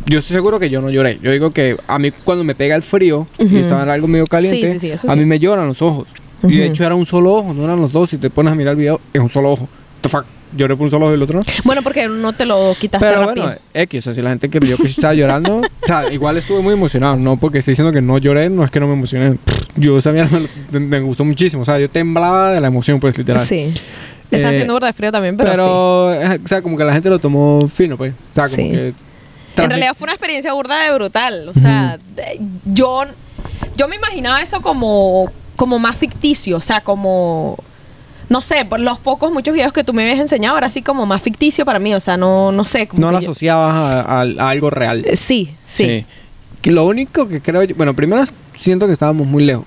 Speaker 1: yo estoy seguro que yo no lloré. Yo digo que a mí cuando me pega el frío
Speaker 2: Ujú.
Speaker 1: y estaba en algo medio caliente,
Speaker 2: Sí, sí, sí, eso
Speaker 1: a
Speaker 2: sí.
Speaker 1: mí me lloran los ojos. Y
Speaker 2: Ujú.
Speaker 1: de hecho era un solo ojo, no eran los dos. Si te pones a mirar el video, es un solo ojo. The fuck, lloré por un solo ojo y el otro no.
Speaker 2: Bueno, porque no te lo quitaste
Speaker 1: Pero
Speaker 2: rápido.
Speaker 1: bueno, X, o sea, si la gente que vio que yo estaba
Speaker 2: *laughs*
Speaker 1: llorando, o sea, igual estuve muy emocionado, no porque estoy diciendo que no lloré, no es que no me emocioné. Yo esa mierda me, lo- me gustó muchísimo, o sea, yo temblaba de la emoción, pues literal.
Speaker 2: sí. Está
Speaker 1: Eh,
Speaker 2: haciendo burda de frío también, pero,
Speaker 1: Pero, eh, o sea, como que la gente lo tomó fino, pues. O sea, como
Speaker 2: Sí.
Speaker 1: que.
Speaker 2: sí. En
Speaker 1: transmi-
Speaker 2: realidad fue una experiencia burda de brutal. O sea, de- yo, yo me imaginaba eso como, como más ficticio. O sea, como. No sé, por los pocos, muchos videos que tú me habías enseñado, era así como más ficticio para mí. O sea, no, no sé. Como
Speaker 1: no
Speaker 2: que
Speaker 1: la
Speaker 2: yo-
Speaker 1: asociabas a, a- a algo real.
Speaker 2: Eh, Sí, sí,
Speaker 1: Que Lo único que creo yo- Bueno, primero siento que estábamos muy lejos.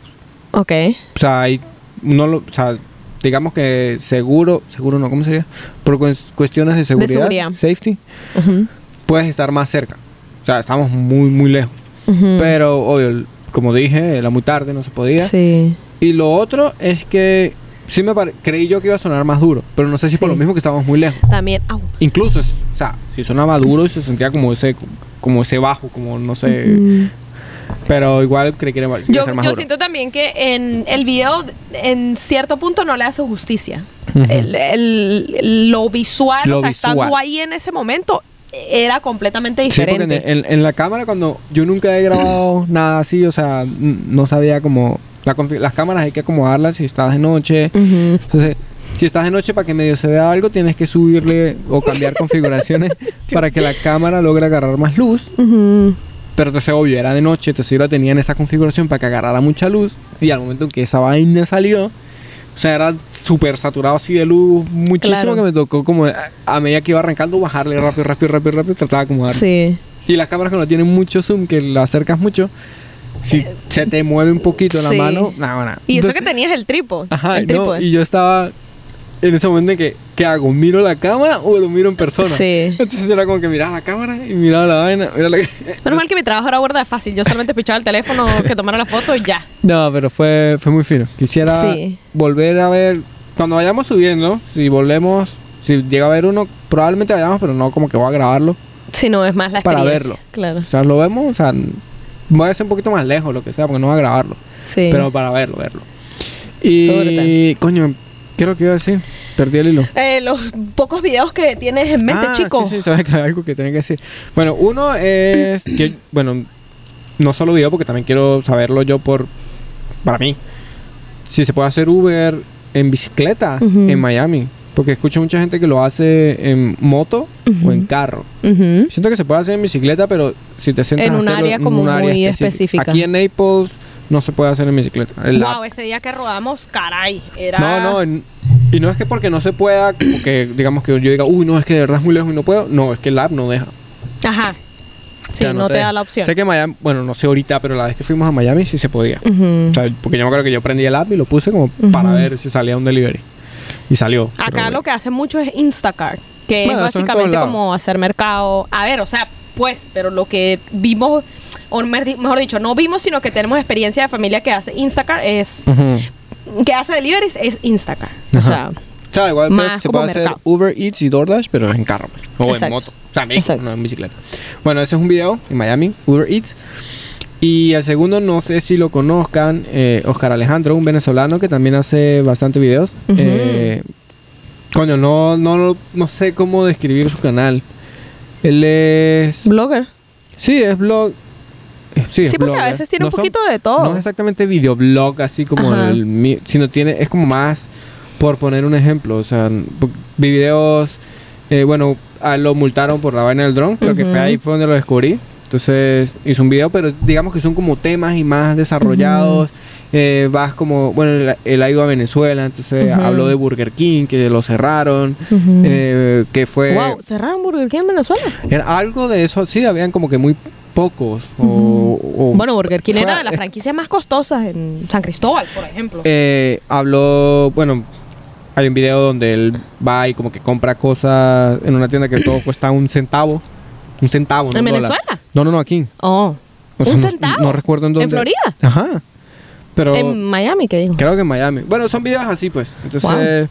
Speaker 2: Ok.
Speaker 1: O sea, hay. No lo, o sea, digamos que seguro. Seguro no, ¿cómo sería? Por cues- cuestiones de seguridad.
Speaker 2: seguridad.
Speaker 1: Safety.
Speaker 2: Ujú,
Speaker 1: Puedes estar más cerca. O sea, estamos muy, muy lejos.
Speaker 2: ujú.
Speaker 1: Pero, obvio, el- como dije, era muy tarde, no se podía.
Speaker 2: Sí.
Speaker 1: Y lo otro es que. Sí me pare- creí yo que iba a sonar más duro, pero no sé si por
Speaker 2: Sí.
Speaker 1: lo mismo que estábamos muy lejos.
Speaker 2: También. au.
Speaker 1: Incluso, es- o sea, si sonaba duro y se sentía como ese, como ese bajo, como no sé.
Speaker 2: Mm.
Speaker 1: Pero igual creí que era que iba
Speaker 2: Yo,
Speaker 1: a Eh, ser más
Speaker 2: yo
Speaker 1: duro.
Speaker 2: siento también que en el video, en cierto punto, no le hace justicia.
Speaker 1: Ujú.
Speaker 2: El- el- lo visual,
Speaker 1: Lo
Speaker 2: o sea, estando
Speaker 1: visual.
Speaker 2: ahí en ese momento, era completamente
Speaker 1: Sí, porque
Speaker 2: diferente.
Speaker 1: en, en- en la cámara cuando yo nunca he grabado
Speaker 2: *clears throat*
Speaker 1: nada así, o sea, n- no sabía como la confi- las cámaras hay que acomodarlas si estás de noche.
Speaker 2: Ujú.
Speaker 1: Entonces, si estás de noche para que medio se vea algo, tienes que subirle o cambiar
Speaker 2: *laughs*
Speaker 1: configuraciones para que la cámara logre agarrar más luz.
Speaker 2: Ujú.
Speaker 1: Pero entonces, obvio, era de noche, entonces yo la tenía en esa configuración para que agarrara mucha luz. Y al momento en que esa vaina salió, o sea, era súper saturado así de luz, muchísimo
Speaker 2: Claro.
Speaker 1: que me tocó como a, a medida que iba arrancando, bajarle rápido, rápido, rápido, rápido, trataba de acomodar.
Speaker 2: Sí.
Speaker 1: Y las cámaras que no tienen mucho zoom, que la acercas mucho, si se te mueve un poquito la
Speaker 2: sí.
Speaker 1: mano, nada, nada.
Speaker 2: Y eso
Speaker 1: Entonces-
Speaker 2: que tenías el tripo.
Speaker 1: Ajá,
Speaker 2: el
Speaker 1: no,
Speaker 2: trípode.
Speaker 1: y yo estaba en ese momento en que, ¿qué hago? ¿Miro la cámara o lo miro en persona?
Speaker 2: Sí.
Speaker 1: Entonces era como que miraba la cámara y miraba la vaina, miraba la...
Speaker 2: Menos mal que mi trabajo era burda de fácil. Yo solamente pichaba
Speaker 1: *laughs*
Speaker 2: el teléfono, que tomara la foto y ya.
Speaker 1: No, pero fue, fue muy fino. Quisiera
Speaker 2: Sí.
Speaker 1: volver a ver. Cuando vayamos subiendo, si volvemos, si llega a ver uno, probablemente vayamos, pero no como que voy a grabarlo.
Speaker 2: Si no, es más la
Speaker 1: Para
Speaker 2: experiencia.
Speaker 1: verlo.
Speaker 2: Claro.
Speaker 1: O sea, lo vemos, o sea, voy a ser un poquito más lejos, lo que sea, porque no voy a grabarlo.
Speaker 2: Sí.
Speaker 1: Pero para verlo, verlo.
Speaker 2: Estuvo
Speaker 1: Y,
Speaker 2: brutal.
Speaker 1: coño, ¿qué es lo que iba a decir? Perdí el hilo.
Speaker 2: Eh, los pocos videos que tienes en mente,
Speaker 1: Ah,
Speaker 2: chico.
Speaker 1: Sí, sí, sabes que hay algo que tenía que decir. Bueno, uno es que, bueno, no solo video, porque también quiero saberlo yo por, para mí. Si se puede hacer Uber en bicicleta
Speaker 2: Ujú.
Speaker 1: en Miami. Porque escucho mucha gente que lo hace en moto o en
Speaker 2: Ujú.
Speaker 1: carro.
Speaker 2: Ujú.
Speaker 1: Siento que se puede hacer en bicicleta, pero si te sientas
Speaker 2: En
Speaker 1: a
Speaker 2: un
Speaker 1: hacerlo
Speaker 2: área
Speaker 1: en
Speaker 2: como
Speaker 1: un área
Speaker 2: muy
Speaker 1: específica.
Speaker 2: específica.
Speaker 1: Aquí en Naples no se puede hacer en bicicleta. El
Speaker 2: Wow,
Speaker 1: app-
Speaker 2: ese día que rodamos, caray. Era...
Speaker 1: no, no, en- y no es que porque no se pueda, como que digamos que yo diga, uy, no, es que de verdad es muy lejos y no puedo. No, es que el app no deja.
Speaker 2: Ajá. Sí,
Speaker 1: O sea,
Speaker 2: no, te,
Speaker 1: deja.
Speaker 2: da la opción.
Speaker 1: Sé que Miami, bueno, no sé ahorita, pero la vez que fuimos a Miami sí se podía.
Speaker 2: Ujú.
Speaker 1: O sea, porque yo me acuerdo que yo prendí el app y lo puse como para
Speaker 2: Ujú.
Speaker 1: ver si salía un delivery. Y salió.
Speaker 2: Acá
Speaker 1: pero bueno.
Speaker 2: lo que hace mucho es Instacart, que
Speaker 1: Bueno,
Speaker 2: es
Speaker 1: eso en todos
Speaker 2: básicamente
Speaker 1: lados.
Speaker 2: como hacer mercado. A ver, o sea, pues, pero lo que vimos, o mer- mejor dicho, no vimos, sino que tenemos experiencia de familia que hace Instacart, es
Speaker 1: Ujú.
Speaker 2: que hace deliveries, es Instacart. O
Speaker 1: Mm. Ajá.
Speaker 2: sea,
Speaker 1: O sea, igual creo
Speaker 2: Más
Speaker 1: que se
Speaker 2: como
Speaker 1: puede hacer
Speaker 2: mercado.
Speaker 1: Uber Eats y DoorDash, pero en carro. pues, O en
Speaker 2: Exacto.
Speaker 1: moto. O sea, en vehículo,
Speaker 2: Exacto.
Speaker 1: no en bicicleta. Bueno, ese es un video en Miami, Uber Eats. Y el segundo, no sé si lo conozcan, eh, Oscar Alejandro, un venezolano que también hace bastante videos.
Speaker 2: Ujú.
Speaker 1: Eh, coño, no, no, no sé cómo describir su canal. Él es...
Speaker 2: blogger.
Speaker 1: Sí, es blog. eh, Sí, es
Speaker 2: Sí, porque
Speaker 1: blogger.
Speaker 2: a veces tiene un
Speaker 1: son-
Speaker 2: poquito de todo.
Speaker 1: No es exactamente videoblog, así como
Speaker 2: Ajá.
Speaker 1: el mío, sino tiene, es como más, por poner un ejemplo, o sea, n- po- vi videos, eh, bueno, a- lo multaron por la vaina del dron, creo que
Speaker 2: Ujú.
Speaker 1: fue ahí fue donde lo descubrí. Entonces hizo un video, pero digamos que son como temas y más desarrollados. eh, vas como, bueno, él, él ha ido a Venezuela, entonces
Speaker 2: Ujú.
Speaker 1: habló de Burger King, que lo cerraron,
Speaker 2: Ujú.
Speaker 1: eh, que fue...
Speaker 2: wow, cerraron Burger King en Venezuela.
Speaker 1: Era algo de eso, sí, habían como que muy pocos. o- o-
Speaker 2: Bueno, Burger King
Speaker 1: fue-
Speaker 2: era de las
Speaker 1: eh,
Speaker 2: franquicias más costosas en San Cristóbal, por ejemplo.
Speaker 1: eh, habló, bueno, hay un video donde él va y como que compra cosas
Speaker 2: *clears throat*
Speaker 1: en una tienda que todo cuesta un centavo. Un centavo, no
Speaker 2: ¿En
Speaker 1: un dólar.
Speaker 2: Venezuela?
Speaker 1: No, no, no, aquí.
Speaker 2: oh,
Speaker 1: O sea,
Speaker 2: ¿Un
Speaker 1: no-
Speaker 2: centavo?
Speaker 1: No, recuerdo en dónde.
Speaker 2: ¿En Florida?
Speaker 1: Ajá. Pero
Speaker 2: En Miami, ¿qué dijo?
Speaker 1: creo que en Miami. Bueno, son videos así, pues. Entonces,
Speaker 2: Wow.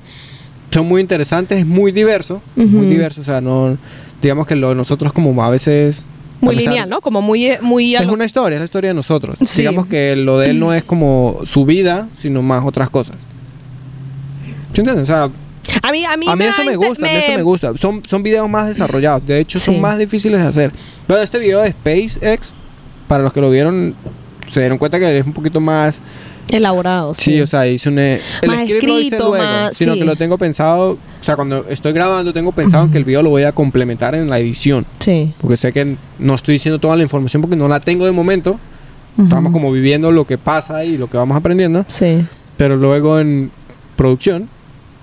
Speaker 1: son muy interesantes, es muy diverso. Muy
Speaker 2: Ujú.
Speaker 1: diverso, o sea, no. Digamos que lo de nosotros, como a veces. a
Speaker 2: Muy
Speaker 1: pesar-
Speaker 2: lineal, ¿no? Como muy... eh, muy a
Speaker 1: Es
Speaker 2: lo-
Speaker 1: una historia, es la historia de nosotros.
Speaker 2: Sí.
Speaker 1: Digamos que lo de él no es como su vida, sino más otras cosas. ¿Sí entiendes? O sea,
Speaker 2: A mí, a mí,
Speaker 1: a mí
Speaker 2: me
Speaker 1: eso
Speaker 2: da
Speaker 1: me
Speaker 2: inte-
Speaker 1: gusta, a mí eso me gusta. Son, son videos más desarrollados, de hecho son
Speaker 2: Sí.
Speaker 1: más difíciles de hacer. Pero este video de SpaceX, para los que lo vieron, se dieron cuenta que es un poquito más...
Speaker 2: Elaborado,
Speaker 1: Sí,
Speaker 2: sí.
Speaker 1: o sea, hice un... eh, El
Speaker 2: Más
Speaker 1: script lo hice
Speaker 2: escrito,
Speaker 1: luego,
Speaker 2: más-
Speaker 1: sino
Speaker 2: sí.
Speaker 1: que lo tengo pensado... O sea, cuando estoy grabando tengo pensado que el video lo voy a complementar en la edición.
Speaker 2: sí.
Speaker 1: Porque sé que no estoy diciendo toda la información porque no la tengo de momento. Estamos como viviendo lo que pasa y lo que vamos aprendiendo.
Speaker 2: Sí.
Speaker 1: Pero luego en producción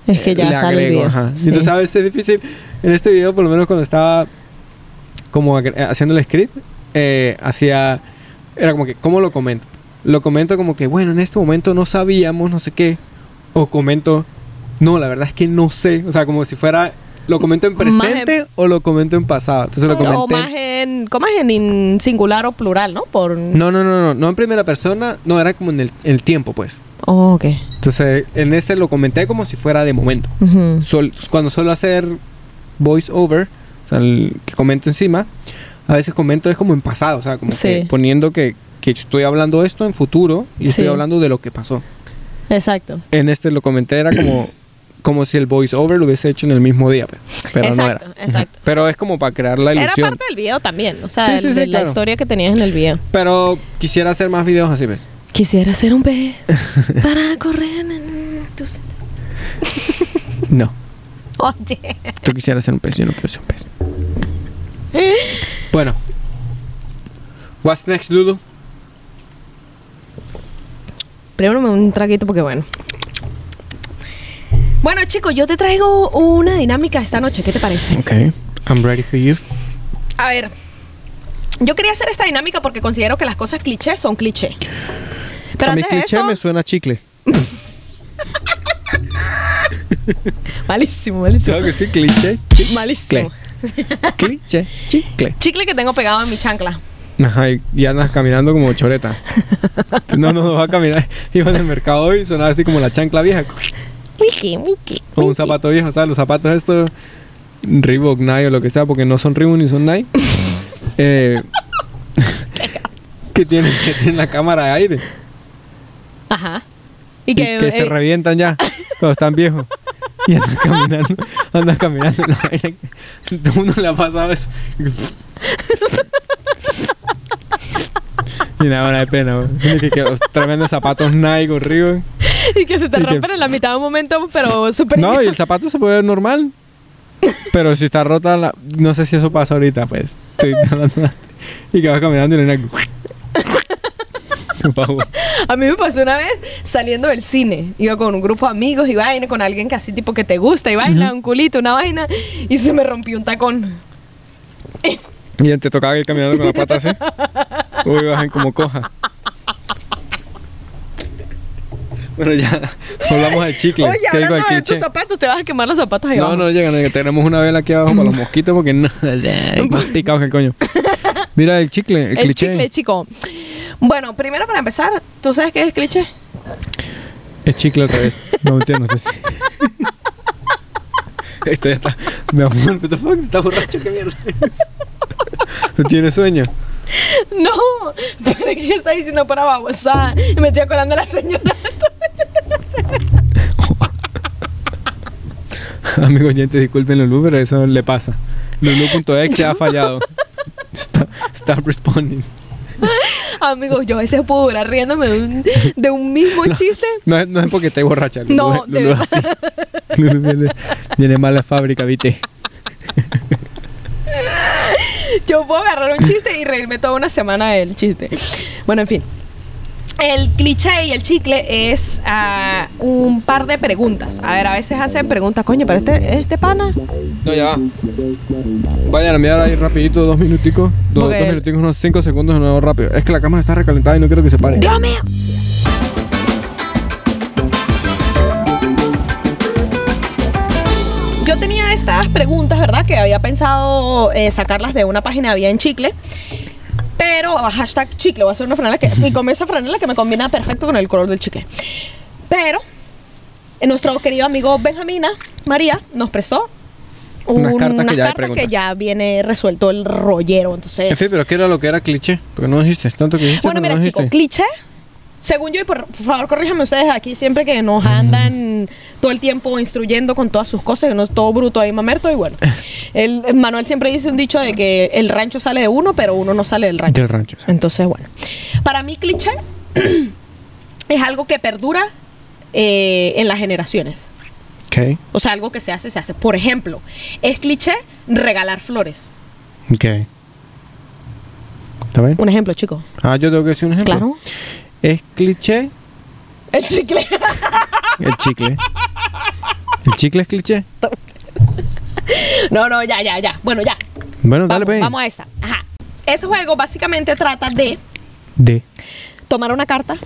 Speaker 2: Es que
Speaker 1: eh,
Speaker 2: ya
Speaker 1: le
Speaker 2: sale el
Speaker 1: agrego,
Speaker 2: video.
Speaker 1: ajá.
Speaker 2: Sí.
Speaker 1: Entonces a veces es difícil. En este video, por lo menos cuando estaba como agre- haciendo el script, eh, hacía... Era como que, ¿cómo lo comento? Lo comento como que, bueno, en este momento no sabíamos, no sé qué. O comento, no, la verdad es que no sé. O sea, como si fuera... ¿Lo comento en
Speaker 2: Más en-
Speaker 1: presente o lo comento en pasado? Entonces lo comenté...
Speaker 2: o más en, ¿cómo es en in- singular o plural, no? Por...
Speaker 1: No, no, no, no, no en primera persona, no, era como en el, el tiempo, pues.
Speaker 2: Oh, ok.
Speaker 1: Entonces, en este lo comenté como si fuera de momento.
Speaker 2: Ujú.
Speaker 1: Sol- cuando suelo hacer voice over, o sea, el que comento encima, a veces comento es como en pasado, o sea, como
Speaker 2: Sí.
Speaker 1: que poniendo que, que estoy hablando esto en futuro y estoy
Speaker 2: Sí.
Speaker 1: hablando de lo que pasó.
Speaker 2: Exacto.
Speaker 1: En este lo comenté, era
Speaker 2: *clears throat*
Speaker 1: como, como si el voice over lo hubiese hecho en el mismo día, pues, pero no era.
Speaker 2: Exacto, exacto.
Speaker 1: Ujú. Pero es como para crear la
Speaker 2: Era
Speaker 1: ilusión.
Speaker 2: parte del video también, o sea,
Speaker 1: Sí,
Speaker 2: el-
Speaker 1: sí, sí,
Speaker 2: de la
Speaker 1: claro.
Speaker 2: historia que tenías en el video.
Speaker 1: Pero quisiera hacer más videos así, ¿ves?
Speaker 2: Quisiera ser un
Speaker 1: *laughs*
Speaker 2: pez para correr en tus...
Speaker 1: No.
Speaker 2: Oye.
Speaker 1: Yo quisiera ser un pez, yo no quiero ser un pez. *laughs* Bueno. What's next, Lulu?
Speaker 2: Primero me un traguito porque bueno. Bueno, chicos, yo te traigo una dinámica esta noche, ¿qué te parece?
Speaker 1: Ok. I'm ready for you.
Speaker 2: A ver. Yo quería hacer esta dinámica porque considero que las cosas clichés son cliché. Pero
Speaker 1: a mi
Speaker 2: antes de
Speaker 1: cliché
Speaker 2: eso,
Speaker 1: me suena a chicle.
Speaker 2: malísimo, malísimo.
Speaker 1: Claro que sí, cliché.
Speaker 2: Malísimo.
Speaker 1: *laughs* Cliché. Chicle.
Speaker 2: Chicle que tengo pegado en mi chancla.
Speaker 1: Ajá, y, y andas caminando como *laughs* choreta. No, no, no va a caminar. Iba en el mercado hoy y sonaba así como la chancla vieja.
Speaker 2: Wiki, wiki.
Speaker 1: O un zapato viejo, ¿sabes? Los zapatos estos Reebok, Nike o lo que sea, porque no son Reebok ni son *laughs* Nike. eh, *laughs* que, tienen, que tienen la cámara de aire.
Speaker 2: Ajá. Y
Speaker 1: y
Speaker 2: que,
Speaker 1: que, se
Speaker 2: eh,
Speaker 1: revientan *laughs* ya cuando están viejos. Y andan caminando, andan caminando en la *laughs* vaina. Todo el mundo le ha pasado *laughs* eso. Y nada, una de pena, güey. Tiene que quedar los tremendos zapatos Nike o Reebok.
Speaker 2: *laughs* y que se te
Speaker 1: y que-
Speaker 2: rompen en la mitad de un momento, pero súper...
Speaker 1: No, y el zapato se puede ver normal. Pero si está rota, la- no sé si eso pasa ahorita, pues. Estoy hablando- *laughs* y que vas caminando y le dan- *laughs* Por favor.
Speaker 2: *laughs* A mí me pasó una vez saliendo del cine. Iba con un grupo de amigos y vaina, con alguien que así tipo que te gusta y vaina, un culito, una vaina. Y se me rompió un tacón.
Speaker 1: Y te tocaba ir caminando con la pata así. O ibas en como coja. Bueno, ya hablamos de chicle.
Speaker 2: Oye,
Speaker 1: te digo el
Speaker 2: hablando de
Speaker 1: cliché.
Speaker 2: tus zapatos, te vas a quemar los zapatos ahí
Speaker 1: No,
Speaker 2: abajo.
Speaker 1: no llegan. eh, Tenemos una vela aquí abajo para los mosquitos porque
Speaker 2: *laughs*
Speaker 1: no. más picados que el coño. Mira el chicle, el,
Speaker 2: el
Speaker 1: cliché.
Speaker 2: chicle, chico. Bueno, primero para empezar, ¿tú sabes qué es cliché? *laughs*
Speaker 1: Es chicle al revés. No entiendo, *laughs* no sé si. Esto ya está. Mi amor, what the fuck, está borracho, qué mierda. es? ¿No tienes sueño? *laughs*
Speaker 2: No, pero es que está diciendo para babosada. Y me estoy acordando de la señora. *laughs*
Speaker 1: Amigo oyente, disculpen Lulu, pero eso le pasa. *laughs* Lulu.exe ha fallado. Stop, stop responding.
Speaker 2: Amigos, yo a veces puedo durar riéndome de un, de un mismo chiste.
Speaker 1: *laughs* No es, no es porque esté borracha. Lulu,
Speaker 2: No, de
Speaker 1: Lulu es así. Lulu viene, viene mala fábrica, viste.
Speaker 2: *laughs* Yo puedo agarrar un chiste y reírme toda una semana del chiste. Bueno, en fin. El cliché y el chicle es ah, un par de preguntas. A ver, a veces hacen preguntas, coño, pero este, este pana.
Speaker 1: No, ya va. Vayan a mirar ahí rapidito, dos minuticos. Dos,
Speaker 2: Porque-
Speaker 1: dos minuticos, unos cinco segundos de nuevo rápido. Es que la cámara está recalentada y no quiero que se pare.
Speaker 2: ¡Dios mío! Yo tenía estas preguntas, ¿verdad? Que había pensado eh, sacarlas de una página de Vía en Chicle. pero ah, hashtag chicle, voy a hacer
Speaker 1: *laughs*
Speaker 2: una franela que, y con esa franela que me combina perfecto con el color del chicle. Pero eh, nuestro querido amigo Benjamina María nos prestó
Speaker 1: Unas cartas que ya hay
Speaker 2: cartas
Speaker 1: preguntas.
Speaker 2: que ya viene resuelto el rollero, entonces...
Speaker 1: En fin, pero ¿qué era lo que era cliché? Porque no dijiste, tanto que dijiste.
Speaker 2: Bueno,
Speaker 1: pero
Speaker 2: mira,
Speaker 1: Este no
Speaker 2: chicos,
Speaker 1: dijiste.
Speaker 2: cliché. Según yo, y por, por favor, corríjanme ustedes aquí siempre que nos andan todo el tiempo instruyendo con todas sus cosas, que uno es todo bruto ahí mamerto.
Speaker 1: *laughs*
Speaker 2: Y bueno, el, el Manuel siempre dice un dicho de que el rancho sale de uno, pero uno no sale del rancho.
Speaker 1: Del rancho, sí.
Speaker 2: Entonces, bueno, para mí, cliché *clears throat* es algo que perdura eh, en las generaciones.
Speaker 1: Ok,
Speaker 2: O sea, algo que se hace, se hace. Por ejemplo, es cliché regalar flores.
Speaker 1: ok. ¿Está bien?
Speaker 2: Un ejemplo, chicos.
Speaker 1: Ah, yo tengo que decir un ejemplo.
Speaker 2: Claro.
Speaker 1: Es cliché
Speaker 2: El chicle. *laughs*
Speaker 1: el chicle. ¿El chicle es cliché?
Speaker 2: No, no, ya, ya, ya. Bueno, ya.
Speaker 1: Bueno, dale,
Speaker 2: Vamos,
Speaker 1: ve.
Speaker 2: vamos a esta. Ajá. Ese juego básicamente trata de
Speaker 1: D.
Speaker 2: tomar una carta,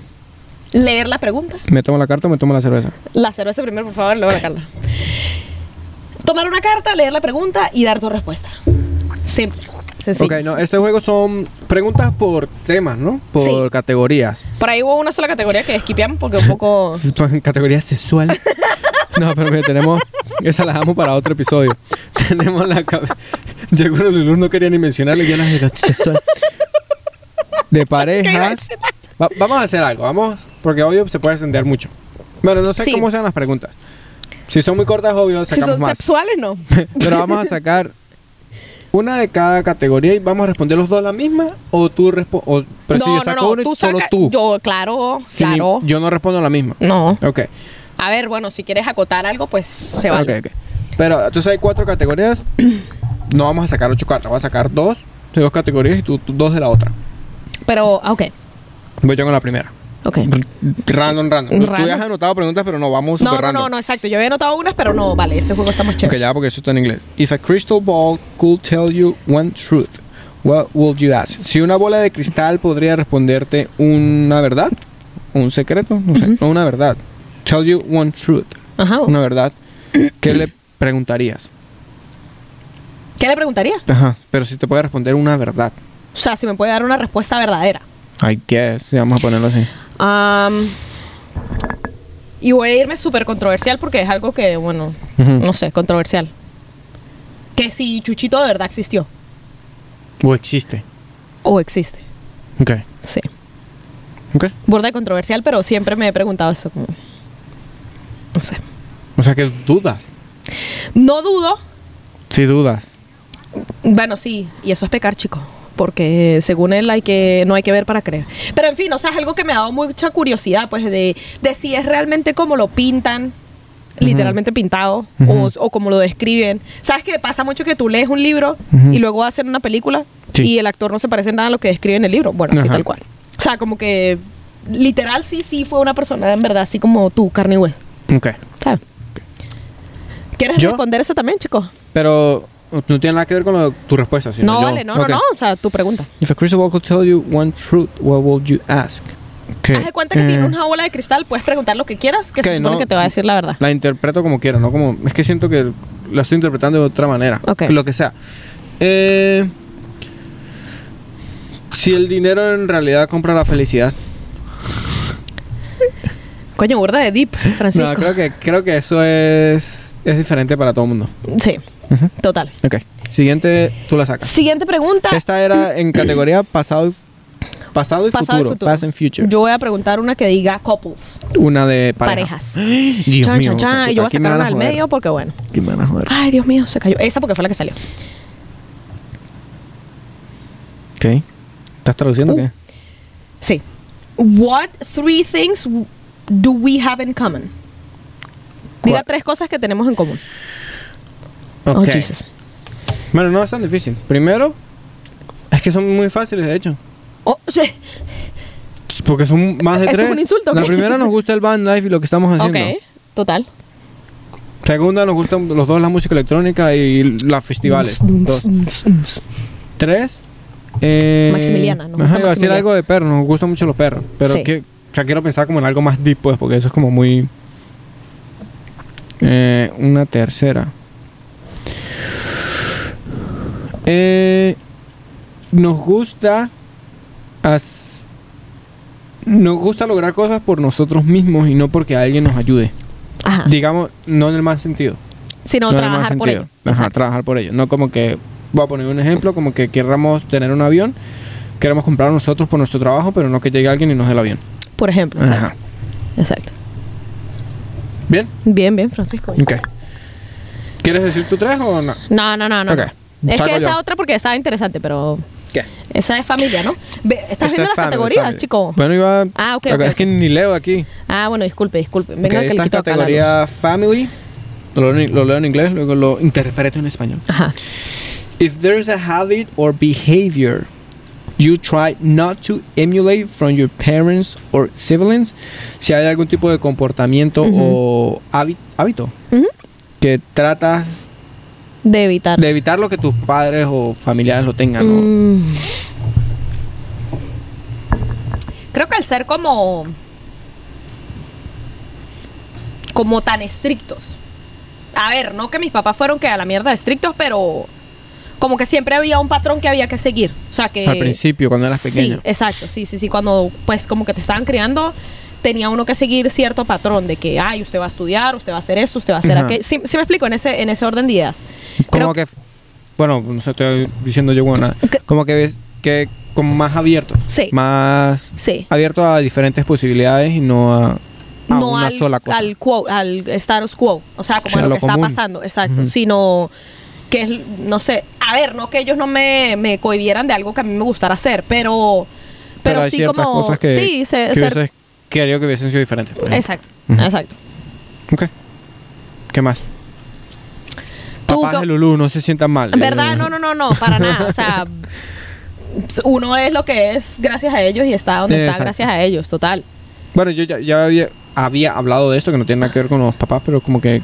Speaker 2: leer la pregunta.
Speaker 1: ¿Me tomo la carta o me tomo la cerveza?
Speaker 2: La cerveza primero, por favor, luego la carta. Tomar una carta, leer la pregunta y dar tu respuesta. Simple. Sencillo.
Speaker 1: Ok, no, estos juegos son preguntas por temas, ¿no? Por
Speaker 2: Sí.
Speaker 1: categorías.
Speaker 2: Por ahí hubo una sola categoría que esquipeamos porque un poco.
Speaker 1: *laughs* Categoría sexual. No, pero mira, tenemos. Esa la damos para otro episodio. *laughs* Tenemos la. cab- Llegó el luz, no quería ni mencionarlo y ya las digo, sexual. De parejas. Va- vamos a hacer algo, vamos. Porque obvio se puede extender mucho. Bueno, no sé
Speaker 2: Sí.
Speaker 1: cómo sean las preguntas. Si son muy cortas, obvio,
Speaker 2: Si
Speaker 1: sacamos
Speaker 2: son
Speaker 1: más.
Speaker 2: sexuales, no.
Speaker 1: Pero vamos a sacar una de cada categoría y vamos a responder los dos la misma o tú respondes. *laughs* Pero si yo
Speaker 2: no, no,
Speaker 1: saco
Speaker 2: no.
Speaker 1: una y
Speaker 2: Tú
Speaker 1: solo
Speaker 2: saca-
Speaker 1: tú.
Speaker 2: Yo, claro,
Speaker 1: Si ni-
Speaker 2: claro.
Speaker 1: yo no respondo la misma.
Speaker 2: No.
Speaker 1: Ok.
Speaker 2: A ver, bueno, si quieres acotar algo, pues se va.
Speaker 1: Ok, ok. Pero entonces hay cuatro categorías. No vamos a sacar ocho cartas, vamos a sacar dos de dos categorías y tú, tú dos de la otra.
Speaker 2: Pero, ah, ok.
Speaker 1: Voy yo con la primera.
Speaker 2: Ok.
Speaker 1: R- Random, random. Tú- Tú
Speaker 2: Random.
Speaker 1: ya has anotado preguntas, pero no vamos super
Speaker 2: No, no,
Speaker 1: random.
Speaker 2: no, no, exacto. Yo había anotado unas, pero no, vale, este juego está más
Speaker 1: Ok,
Speaker 2: chévere.
Speaker 1: ya, porque eso está en inglés. If a crystal ball could tell you one truth, what would you ask? Si una bola de cristal podría responderte una verdad, un secreto, no sé, no, una verdad. Tell you one truth,
Speaker 2: Ajá.
Speaker 1: una verdad. ¿Qué le preguntarías?
Speaker 2: ¿Qué le preguntaría?
Speaker 1: Ajá, pero si te puede responder una verdad.
Speaker 2: O sea, si me puede dar una respuesta verdadera.
Speaker 1: I guess, sí, vamos a ponerlo así.
Speaker 2: Am, y voy a irme súper controversial porque es algo que, bueno,
Speaker 1: Ujú.
Speaker 2: no sé, controversial. Que si Chuchito de verdad existió
Speaker 1: O existe.
Speaker 2: o existe.
Speaker 1: Ok,
Speaker 2: Sí.
Speaker 1: ok.
Speaker 2: Burda de controversial, pero siempre me he preguntado eso. como- No sé.
Speaker 1: O sea que dudas.
Speaker 2: No dudo.
Speaker 1: Sí, dudas.
Speaker 2: Bueno, sí, y eso es pecar, chicos. Porque según él hay que, no hay que ver para creer. Pero en fin, o sea, es algo que me ha dado mucha curiosidad, pues, de, de si es realmente como lo pintan, literalmente pintado, o-
Speaker 1: Ujú.
Speaker 2: o, como lo describen. ¿Sabes que pasa mucho que tú lees un libro
Speaker 1: Ujú.
Speaker 2: y luego hacen una película
Speaker 1: Sí.
Speaker 2: y el actor no se parece en nada a lo que describe en el libro? Bueno, así
Speaker 1: Ajá.
Speaker 2: tal cual. O sea, como que literal sí, sí fue una persona en verdad, así como tú, carne y hueso.
Speaker 1: Ok.
Speaker 2: ¿Sabes? ¿Quieres
Speaker 1: ¿Yo?
Speaker 2: responder eso también, chicos?
Speaker 1: Pero no tiene nada que ver con lo- tu respuesta, sino
Speaker 2: no,
Speaker 1: yo.
Speaker 2: vale, no,
Speaker 1: Ok.
Speaker 2: no, no, o sea, tu pregunta.
Speaker 1: If a crystal ball could tell you one truth, what would you ask? Okay.
Speaker 2: Haz de cuenta que
Speaker 1: eh,
Speaker 2: tiene una bola de cristal, puedes preguntar lo que quieras, que
Speaker 1: ok,
Speaker 2: se supone
Speaker 1: no.
Speaker 2: que te va a decir la verdad.
Speaker 1: La interpreto como quiera, ¿no? Como, es que siento que la estoy interpretando de otra manera.
Speaker 2: Ok.
Speaker 1: Lo que sea. Eh, si el dinero en realidad compra la felicidad.
Speaker 2: Coño, gorda de Deep, Francisco.
Speaker 1: No, creo que, creo que eso es, es diferente para todo el mundo.
Speaker 2: Sí, total.
Speaker 1: Ok. Siguiente, tú la sacas.
Speaker 2: Siguiente pregunta.
Speaker 1: Esta era en categoría pasado y, pasado y
Speaker 2: pasado
Speaker 1: futuro.
Speaker 2: y futuro.
Speaker 1: Past and future.
Speaker 2: Yo voy a preguntar una que diga couples,
Speaker 1: una de pareja. *gasps*
Speaker 2: parejas.
Speaker 1: Dios
Speaker 2: Chan,
Speaker 1: mío,
Speaker 2: chan, chan,
Speaker 1: puta,
Speaker 2: y yo voy a
Speaker 1: aquí me
Speaker 2: sacar
Speaker 1: van
Speaker 2: una al
Speaker 1: joder.
Speaker 2: medio porque bueno.
Speaker 1: Aquí me van a joder.
Speaker 2: Ay, Dios mío, se cayó. Esa porque fue la que salió.
Speaker 1: Ok. ¿Estás traduciendo o
Speaker 2: Uh.
Speaker 1: qué?
Speaker 2: Sí. What three things w- do we have in common? Diga
Speaker 1: Cua-
Speaker 2: tres cosas que tenemos en común.
Speaker 1: Ok.
Speaker 2: Oh, Jesus.
Speaker 1: Bueno, no es tan difícil. Primero, es que son muy fáciles, de hecho.
Speaker 2: Oh, sí.
Speaker 1: Porque son más de
Speaker 2: ¿Eso es
Speaker 1: tres.
Speaker 2: un insulto o
Speaker 1: La
Speaker 2: qué?
Speaker 1: primera nos gusta el band life y lo que estamos haciendo.
Speaker 2: Ok, total.
Speaker 1: Segunda, nos gustan los dos la música electrónica y los festivales. Dos. Tres. eh,
Speaker 2: Maximiliana, nos gusta
Speaker 1: ajá, iba a decir
Speaker 2: Maximiliana.
Speaker 1: algo de perros, nos gustan mucho los perros. Pero
Speaker 2: Sí.
Speaker 1: que, o sea, quiero pensar como en algo más deep, pues, porque eso es como muy. Eh, una tercera. Eh, nos gusta as- nos gusta lograr cosas por nosotros mismos y no porque alguien nos ayude.
Speaker 2: Ajá.
Speaker 1: Digamos, no en el mal sentido.
Speaker 2: Sino
Speaker 1: no en el mal
Speaker 2: trabajar por
Speaker 1: sentido.
Speaker 2: ello.
Speaker 1: Ajá,
Speaker 2: Exacto.
Speaker 1: trabajar por ello. No como que, voy a poner un ejemplo, como que querramos tener un avión, queremos comprar nosotros por nuestro trabajo, pero no que llegue alguien y nos dé el avión.
Speaker 2: Por ejemplo,
Speaker 1: Ajá.
Speaker 2: exacto. Exacto.
Speaker 1: ¿Bien?
Speaker 2: Bien, bien, Francisco.
Speaker 1: Ok. ¿Quieres decir tu tres o no?
Speaker 2: No, no, no, no.
Speaker 1: Ok.
Speaker 2: Es
Speaker 1: Salgo
Speaker 2: que esa
Speaker 1: yo.
Speaker 2: otra porque estaba interesante, pero
Speaker 1: ¿Qué?
Speaker 2: esa es familia, ¿no? Ve, ¿Estás
Speaker 1: Esto
Speaker 2: viendo
Speaker 1: es
Speaker 2: las
Speaker 1: family,
Speaker 2: categorías,
Speaker 1: family.
Speaker 2: chico?
Speaker 1: Bueno, iba.
Speaker 2: Ah, ok,
Speaker 1: Acá
Speaker 2: ok,
Speaker 1: Es
Speaker 2: ok.
Speaker 1: que ni leo aquí.
Speaker 2: Ah, bueno, disculpe, disculpe.
Speaker 1: Ok,
Speaker 2: Venga, que le
Speaker 1: esta es
Speaker 2: quito acá la luz.
Speaker 1: categoría Family. Lo leo, en- lo leo en inglés, luego lo interpreto en español.
Speaker 2: Ajá.
Speaker 1: If there is a habit or behavior you try not to emulate from your parents or siblings, si hay algún tipo de comportamiento o hábi- hábito
Speaker 2: Ujú.
Speaker 1: que tratas
Speaker 2: De evitar.
Speaker 1: de evitar lo que tus padres o familiares lo tengan. ¿no?
Speaker 2: Mm. Creo que al ser como. como tan estrictos. A ver, no que mis papás fueron que a la mierda estrictos, pero. como que siempre había un patrón que había que seguir. O sea que.
Speaker 1: Al principio, cuando eras pequeño.
Speaker 2: Sí, exacto. Sí, sí, sí. Cuando, pues, como que te estaban criando, tenía uno que seguir cierto patrón de que, ay, usted va a estudiar, usted va a hacer esto, usted va a hacer
Speaker 1: Ajá.
Speaker 2: aquello. Sí, sí me explico en ese, en ese orden de ideas.
Speaker 1: Como
Speaker 2: Creo-
Speaker 1: que, bueno, no sé, estoy diciendo yo bueno, nada.
Speaker 2: Cre-
Speaker 1: Como que ves que como más abiertos.
Speaker 2: Sí.
Speaker 1: Más
Speaker 2: Sí.
Speaker 1: abierto a diferentes posibilidades y no a, a
Speaker 2: no
Speaker 1: una
Speaker 2: al,
Speaker 1: sola cosa.
Speaker 2: al quo- al status quo, o sea, como
Speaker 1: Sí,
Speaker 2: a
Speaker 1: a
Speaker 2: lo,
Speaker 1: lo
Speaker 2: que está
Speaker 1: común.
Speaker 2: pasando, exacto,
Speaker 1: Ujú.
Speaker 2: sino que es, no sé, a ver, no que ellos no me, me cohibieran de algo que a mí me gustara hacer, pero, pero,
Speaker 1: hay
Speaker 2: sí
Speaker 1: ciertas
Speaker 2: como,
Speaker 1: cosas que,
Speaker 2: sí, se-
Speaker 1: que
Speaker 2: ser-
Speaker 1: hubieses querido que hubiesen sido diferentes. por ejemplo.
Speaker 2: exacto,
Speaker 1: Ujú.
Speaker 2: exacto.
Speaker 1: Ok. ¿Qué más?
Speaker 2: Tú
Speaker 1: Papás
Speaker 2: co-
Speaker 1: de Lulú, no se sientan mal.
Speaker 2: ¿Verdad?
Speaker 1: Eh,
Speaker 2: No, no, no, no,
Speaker 1: *laughs*
Speaker 2: para nada, o sea, uno es lo que es gracias a ellos y está donde está
Speaker 1: Exacto.
Speaker 2: gracias a ellos, total.
Speaker 1: Bueno, yo ya, ya había, había hablado de esto, que no tiene nada que ver con los papás, pero como que,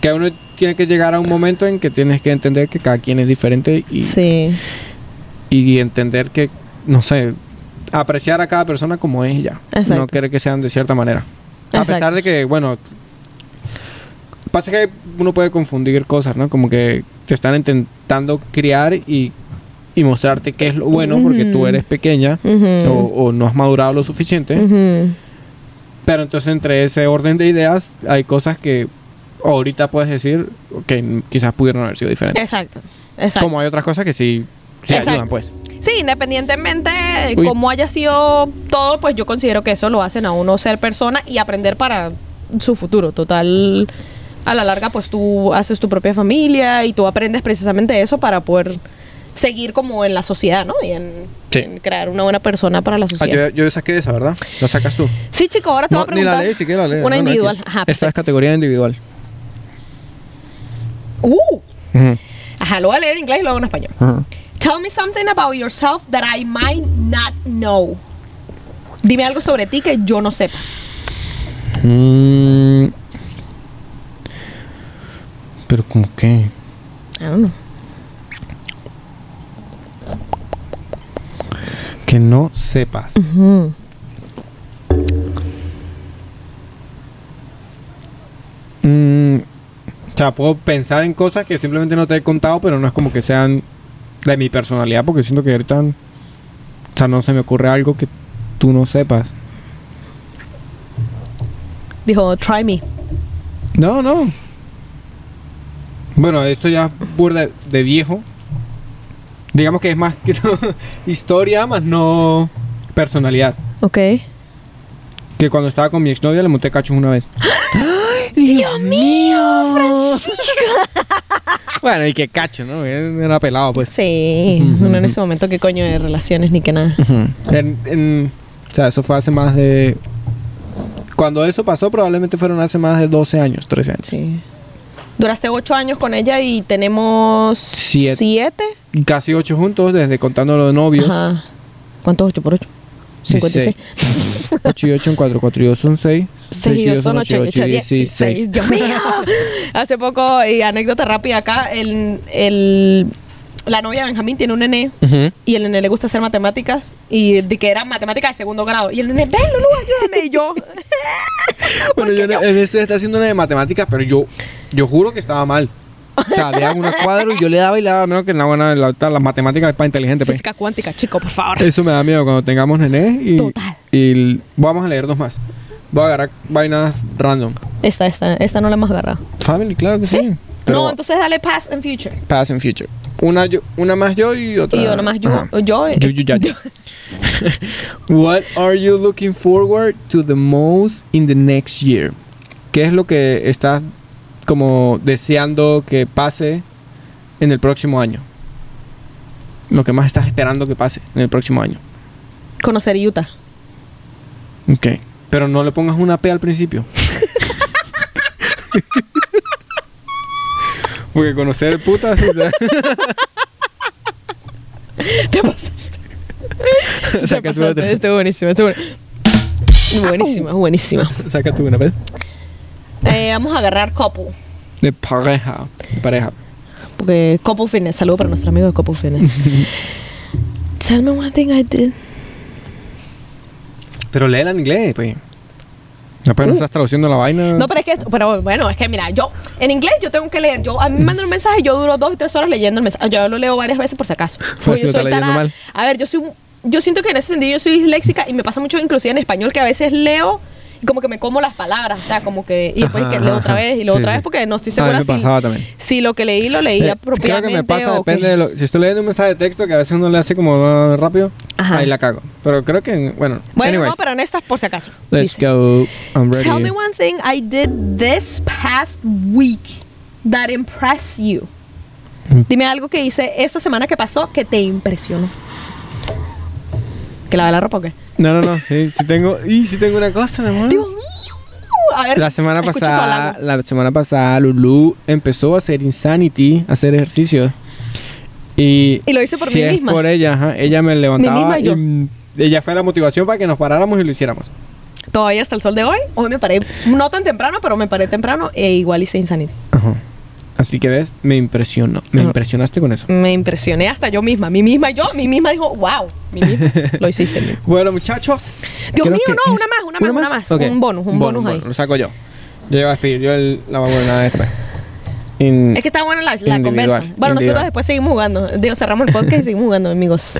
Speaker 1: que uno tiene que llegar a un momento en que tienes que entender que cada quien es diferente y,
Speaker 2: Sí,
Speaker 1: y entender que, no sé, apreciar a cada persona como es ella.
Speaker 2: Exacto.
Speaker 1: No querer que sean de cierta manera. A
Speaker 2: Exacto.
Speaker 1: pesar de que, bueno, pasa que uno puede confundir cosas, ¿no? Como que te están intentando criar y, y mostrarte qué es lo bueno porque tú
Speaker 2: Ujú.
Speaker 1: eres pequeña
Speaker 2: Ujú.
Speaker 1: o, ¿eh? o no has madurado lo suficiente.
Speaker 2: Ujú.
Speaker 1: Pero entonces entre ese orden de ideas hay cosas que ahorita puedes decir que quizás pudieron haber sido diferentes.
Speaker 2: exacto, exacto.
Speaker 1: Como hay otras cosas que sí, sí
Speaker 2: Exacto.
Speaker 1: ayudan, pues.
Speaker 2: Sí, independientemente de
Speaker 1: Uy.
Speaker 2: cómo haya sido todo, pues yo considero que eso lo hacen a uno ser persona y aprender para su futuro. Total, a la larga, pues tú haces tu propia familia y tú aprendes precisamente eso para poder seguir como en la sociedad, ¿no? Y en,
Speaker 1: Sí.
Speaker 2: en crear una buena persona para la
Speaker 1: Ah,
Speaker 2: sociedad.
Speaker 1: yo, yo saqué esa, ¿verdad? La sacas tú.
Speaker 2: Sí, chico, ahora Ah, te voy a
Speaker 1: ni
Speaker 2: preguntar.
Speaker 1: la ley, siquiera la ley.
Speaker 2: Una individual. Ajá,
Speaker 1: Ajá, Esta es
Speaker 2: perfecto.
Speaker 1: categoría individual.
Speaker 2: Uh, ajá, lo voy a leer en inglés y luego en español. Tell me something about yourself that I might not know. Dime algo sobre ti que yo no sepa.
Speaker 1: Mm. Pero como que...
Speaker 2: I don't know.
Speaker 1: Que no sepas. Mm, o sea, puedo pensar en cosas que simplemente no te he contado, pero no es como que sean de mi personalidad, porque siento que ahorita... O sea, no se me ocurre algo que tú no sepas.
Speaker 2: Dijo, try me.
Speaker 1: No, no. Bueno, esto ya burda de viejo. Digamos que es más que todo *laughs* historia, más no personalidad.
Speaker 2: Ok.
Speaker 1: Que cuando estaba con mi exnovia le monté cachos una *gasps* vez. ¡Dios mío, *laughs* bueno, y que cacho, ¿no? Era pelado, pues.
Speaker 2: Sí, uno en ese momento que coño de relaciones ni que nada.
Speaker 1: En- en- o sea, eso fue hace más de... Cuando eso pasó probablemente fueron hace más de 12 años, 13 años.
Speaker 2: Sí. Duraste ocho años con ella y tenemos
Speaker 1: Siete.
Speaker 2: siete.
Speaker 1: Casi 8 juntos, desde contándolo de novios.
Speaker 2: Ajá. ¿Cuántos ocho por ocho? 56. *laughs*
Speaker 1: 8 y 8 en 4, 4 y 2 son 6.
Speaker 2: Seis y dos son ocho, y ocho, diez, dieciséis. Dios *laughs* mío. Hace poco, y anécdota rápida acá, el, el, la novia de Benjamín tiene un nené Y el nene le gusta hacer matemáticas. Y de que era matemáticas de segundo grado. Y el nene, ven, Lulu, ayúdame.
Speaker 1: *laughs*
Speaker 2: Y yo,
Speaker 1: Bueno, yo en, en este está haciendo una de matemáticas, pero yo, yo juro que estaba mal. O sea,
Speaker 2: *laughs*
Speaker 1: le daban una cuadro y yo le daba y le daba, menos que en la buena, la, la, las matemáticas es para inteligente. pues.
Speaker 2: Física cuántica, chico, por favor.
Speaker 1: Eso me da miedo cuando tengamos nené y,
Speaker 2: Total.
Speaker 1: y vamos a leer dos más. Voy a agarrar vainas random.
Speaker 2: Esta, esta, esta no la hemos agarrado.
Speaker 1: Family, claro que sí.
Speaker 2: ¿Sí?
Speaker 1: Pero
Speaker 2: no, entonces dale past and future.
Speaker 1: Past and Future. Una, yo- una más yo y otra.
Speaker 2: Y yo nomás yo.
Speaker 1: Ah, Ajá.
Speaker 2: Yo. eh,
Speaker 1: Yo, yo, ya, ya. *laughs* What are you looking forward to the most in the next year? ¿Qué es lo que estás como deseando que pase en el próximo año? Lo que más estás esperando que pase en el próximo año.
Speaker 2: Conocer
Speaker 1: *laughs*
Speaker 2: Utah.
Speaker 1: Ok. Pero no le pongas una P al principio. *laughs* Porque conocer putas. o sea,
Speaker 2: Te pasaste. Te
Speaker 1: *laughs* saca, tu otra.
Speaker 2: pasaste. Estuvo buenísimo, estuvo buenísimo. Buenísima, buenísima.
Speaker 1: *laughs* saca tú una vez. Ah.
Speaker 2: Eh, vamos a agarrar Couple.
Speaker 1: De pareja. De pareja.
Speaker 2: Porque Couple Fitness. Saludo para nuestro amigo de Couple
Speaker 1: *laughs*
Speaker 2: Fitness. Tell me one thing I did.
Speaker 1: Pero léela en inglés, pues. Después pues, no estás traduciendo la vaina.
Speaker 2: Mm. No, pero es que, pero bueno, es que mira, yo en inglés yo tengo que leer. Yo a mí me mandan un mensaje, yo duro dos y tres horas leyendo el mensaje. Yo lo leo varias veces por si
Speaker 1: *laughs*
Speaker 2: acaso. Porque
Speaker 1: si lo
Speaker 2: yo
Speaker 1: está
Speaker 2: soy
Speaker 1: leyendo
Speaker 2: tarada.
Speaker 1: mal.
Speaker 2: A ver, yo soy, un- yo siento que en ese sentido yo soy disléxica y me pasa mucho, inclusive en español, que a veces leo y como que me como las palabras, o sea, como que y después
Speaker 1: Ajá,
Speaker 2: que leo
Speaker 1: ajá,
Speaker 2: otra vez y leo
Speaker 1: sí,
Speaker 2: otra
Speaker 1: sí.
Speaker 2: vez porque no estoy
Speaker 1: A mí
Speaker 2: segura
Speaker 1: me
Speaker 2: si,
Speaker 1: pasaba también.
Speaker 2: si lo que leí lo leí
Speaker 1: Eh, creo
Speaker 2: apropiadamente.
Speaker 1: que me pasa,
Speaker 2: o qué.
Speaker 1: depende de lo, Si estoy leyendo un mensaje de texto que a veces uno le hace como ah, rápido,
Speaker 2: Ajá.
Speaker 1: ahí la cago. Pero creo que, bueno.
Speaker 2: Bueno,
Speaker 1: anyways,
Speaker 2: no, pero en estas por si acaso.
Speaker 1: Let's
Speaker 2: dice.
Speaker 1: go. I'm ready.
Speaker 2: Tell me one thing I did this past week that impressed you.
Speaker 1: Mm.
Speaker 2: Dime algo que hice esta semana que pasó que te impresionó. ¿Que lave la ropa o qué?
Speaker 1: No, no, no. Sí, sí tengo. Y sí tengo una cosa, mi amor.
Speaker 2: Dios mío. A ver.
Speaker 1: La semana
Speaker 2: escucho tu
Speaker 1: pasada,
Speaker 2: halago.
Speaker 1: la semana pasada, Lulu empezó a hacer insanity, a hacer ejercicio. Y,
Speaker 2: Y lo hice por
Speaker 1: si
Speaker 2: mí
Speaker 1: es
Speaker 2: misma.
Speaker 1: por ella, ajá, ella me levantaba
Speaker 2: misma yo.
Speaker 1: y mm, ella fue la motivación para que nos paráramos y lo hiciéramos.
Speaker 2: Todavía hasta el sol de hoy. Hoy me paré, no tan temprano, pero me paré temprano e igual hice Insanity.
Speaker 1: Ajá. Así que ves, me impresionó, me
Speaker 2: Ajá.
Speaker 1: impresionaste con eso.
Speaker 2: Me impresioné hasta yo misma. Mi misma yo, mi misma dijo, wow, mi
Speaker 1: *laughs*
Speaker 2: misma. Lo hiciste. mi-
Speaker 1: Bueno, muchachos.
Speaker 2: Dios
Speaker 1: creo
Speaker 2: mío,
Speaker 1: que
Speaker 2: no, una más, una más, una más.
Speaker 1: Ok.
Speaker 2: Un bonus, un bonus ahí.
Speaker 1: Lo saco yo. Yo iba a despedir, yo el- la voy a poner después. In-
Speaker 2: Es que está buena la, la
Speaker 1: Mm. Individual,
Speaker 2: conversa. Bueno, nosotros
Speaker 1: individual. después
Speaker 2: después seguimos jugando. Digo, cerramos el podcast y seguimos jugando, *laughs* amigos.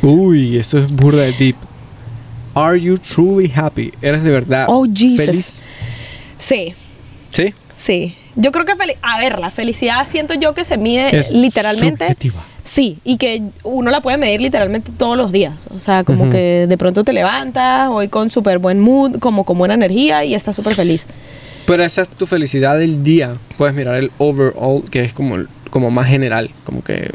Speaker 1: Uy, esto es burda de deep. Are you truly happy? ¿Eres de verdad
Speaker 2: Oh, Jesus.
Speaker 1: Ah, feliz?
Speaker 2: Sí,
Speaker 1: Sí.
Speaker 2: sí. Yo creo que feliz. A ver, la felicidad siento yo que se mide
Speaker 1: Es
Speaker 2: Eh, literalmente.
Speaker 1: subjetiva.
Speaker 2: Sí, y que uno la puede medir literalmente todos los días. O sea, como
Speaker 1: Ujú.
Speaker 2: que de pronto te levantas, hoy con súper buen mood, como con buena energía y estás súper feliz.
Speaker 1: Pero esa es tu felicidad del día. Puedes mirar el overall, que es como, el- como más general. Como que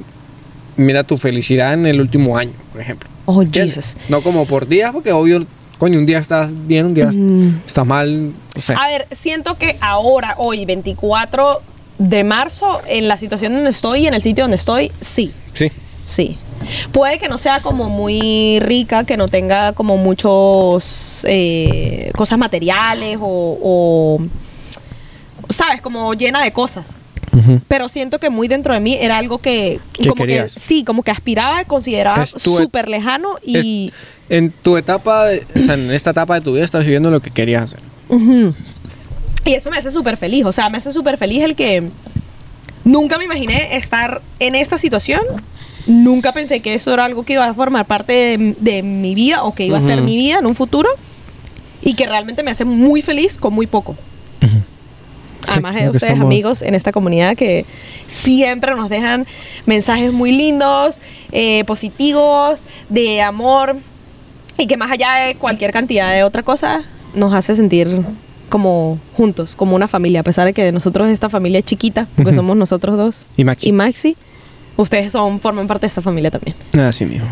Speaker 1: mira tu felicidad en el último año, por ejemplo.
Speaker 2: Oh,
Speaker 1: ¿Entiendes?
Speaker 2: Jesus.
Speaker 1: No como por días, porque obvio, coño, un día estás bien, un día
Speaker 2: Mm.
Speaker 1: estás mal. O sea,
Speaker 2: A ver, siento que ahora, hoy, 24 de marzo, en la situación donde estoy y en el sitio donde estoy, sí,
Speaker 1: sí.
Speaker 2: Sí. Puede que no sea como muy rica, que no tenga como muchos eh, cosas materiales o, o, sabes, como llena de cosas. Pero siento que muy dentro de mí era algo que,
Speaker 1: Que
Speaker 2: como que
Speaker 1: querías.
Speaker 2: sí, como que aspiraba, consideraba
Speaker 1: Es tu- e-
Speaker 2: súper lejano y
Speaker 1: Es- en tu etapa, de- o sea, en esta etapa de tu vida estás viviendo lo que querías hacer.
Speaker 2: Ujú. Y eso me hace súper feliz. O sea, me hace súper feliz el que nunca me imaginé estar en esta situación. Nunca pensé que eso era algo que iba a formar parte de, de mi vida o que iba a ser
Speaker 1: Ujú.
Speaker 2: mi vida en un futuro. Y que realmente me hace muy feliz con muy poco. Además de
Speaker 1: Creo que
Speaker 2: ustedes,
Speaker 1: estamos-
Speaker 2: amigos, en esta comunidad que siempre nos dejan mensajes muy lindos, eh, positivos, de amor, y que más allá de cualquier cantidad de otra cosa, nos hace sentir como juntos, como una familia, a pesar de que nosotros esta familia es chiquita, porque
Speaker 1: Ujú.
Speaker 2: somos nosotros dos
Speaker 1: Y Maxi.
Speaker 2: ustedes son, forman parte de esta familia también.
Speaker 1: Así mismo.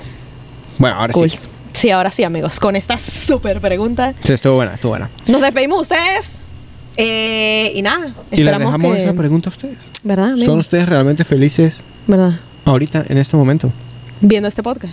Speaker 1: Bueno, ahora
Speaker 2: Cool.
Speaker 1: Ah, sí.
Speaker 2: Sí, ahora sí, amigos, con esta súper pregunta,
Speaker 1: Sí, estuvo buena, estuvo buena.
Speaker 2: nos despedimos de ustedes. eh, y nada,
Speaker 1: Y les
Speaker 2: esperamos
Speaker 1: dejamos
Speaker 2: que...
Speaker 1: esa pregunta a ustedes.
Speaker 2: ¿Verdad, amigo?
Speaker 1: ¿Son ustedes realmente felices
Speaker 2: ¿Verdad?
Speaker 1: ahorita, en este momento?
Speaker 2: Viendo este
Speaker 1: *laughs*
Speaker 2: podcast.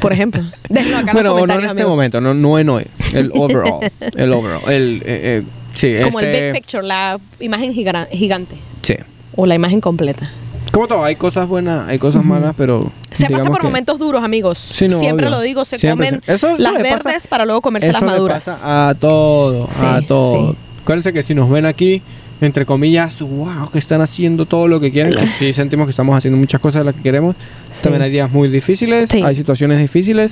Speaker 2: Por ejemplo. Déjenlo acá en
Speaker 1: Bueno,
Speaker 2: los
Speaker 1: no en
Speaker 2: comentarios,
Speaker 1: este
Speaker 2: amigos.
Speaker 1: momento, no, no en hoy.
Speaker 2: *laughs*
Speaker 1: El overall. el overall. El, eh, eh, sí,
Speaker 2: Como el
Speaker 1: este-
Speaker 2: big picture, la imagen giga- gigante.
Speaker 1: Sí.
Speaker 2: O la imagen completa.
Speaker 1: Como todo, hay cosas buenas, hay cosas malas, pero.
Speaker 2: Se pasa
Speaker 1: digamos
Speaker 2: por
Speaker 1: que-
Speaker 2: momentos duros, amigos.
Speaker 1: Sí, no,
Speaker 2: Siempre
Speaker 1: obvio.
Speaker 2: lo digo, se
Speaker 1: Siempre,
Speaker 2: comen
Speaker 1: sí. Eso- eso
Speaker 2: las
Speaker 1: le
Speaker 2: verdes
Speaker 1: pasa-
Speaker 2: para luego comerse las
Speaker 1: Eso le
Speaker 2: maduras.
Speaker 1: pasa a todo,
Speaker 2: Sí,
Speaker 1: a todo.
Speaker 2: sí.
Speaker 1: Acuérdense que si nos ven aquí entre comillas, wow, que están haciendo todo lo que quieren. Que sí sentimos que estamos haciendo muchas cosas de las que queremos.
Speaker 2: Sí.
Speaker 1: También hay días muy difíciles,
Speaker 2: Sí.
Speaker 1: hay situaciones difíciles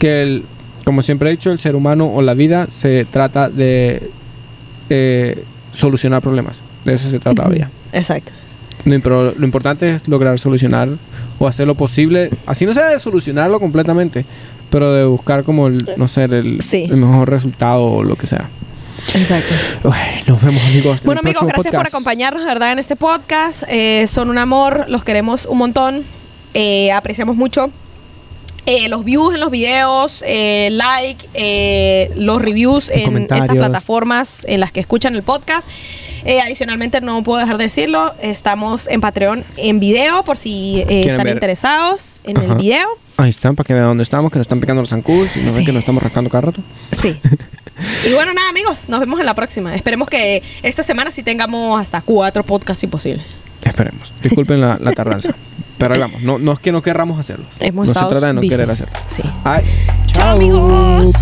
Speaker 1: que, el- como siempre he dicho, el ser humano o la vida se trata de eh, solucionar problemas. De eso se trata la vida.
Speaker 2: Exacto.
Speaker 1: Lo, impro- lo importante es lograr solucionar o hacer lo posible, así no sea de solucionarlo completamente, pero de buscar como, el, no sé, el,
Speaker 2: Sí.
Speaker 1: el mejor resultado o lo que sea.
Speaker 2: Exacto.
Speaker 1: Uy, nos vemos amigos. en
Speaker 2: Bueno
Speaker 1: el
Speaker 2: amigos,
Speaker 1: próximo
Speaker 2: gracias por
Speaker 1: podcast.
Speaker 2: acompañarnos, de ¿verdad? En este podcast. Eh, son un amor, los queremos un montón, eh, apreciamos mucho. eh, los views en los videos, eh, like, eh, los
Speaker 1: Los
Speaker 2: reviews en estas
Speaker 1: comentarios.
Speaker 2: plataformas en las que escuchan el podcast. Eh, adicionalmente, no puedo dejar de decirlo, estamos en Patreon en video por si eh,
Speaker 1: Quieren
Speaker 2: están
Speaker 1: ver.
Speaker 2: interesados en el
Speaker 1: Ajá.
Speaker 2: video.
Speaker 1: Ahí están, para que vean dónde estamos, que nos están picando los zancudos y no
Speaker 2: Sí.
Speaker 1: ven que nos estamos rascando cada rato. *laughs*
Speaker 2: Sí. y bueno, nada amigos, nos vemos en la próxima. Esperemos que esta semana sí tengamos hasta cuatro podcasts si posible.
Speaker 1: Esperemos. Disculpen la, *laughs* la tardanza. Pero ahí vamos. No, no es que no querramos hacerlo.
Speaker 2: Hemos
Speaker 1: no se
Speaker 2: estado
Speaker 1: trata de no
Speaker 2: busy.
Speaker 1: querer hacerlo.
Speaker 2: Sí.
Speaker 1: Ay,
Speaker 2: Chao, amigos.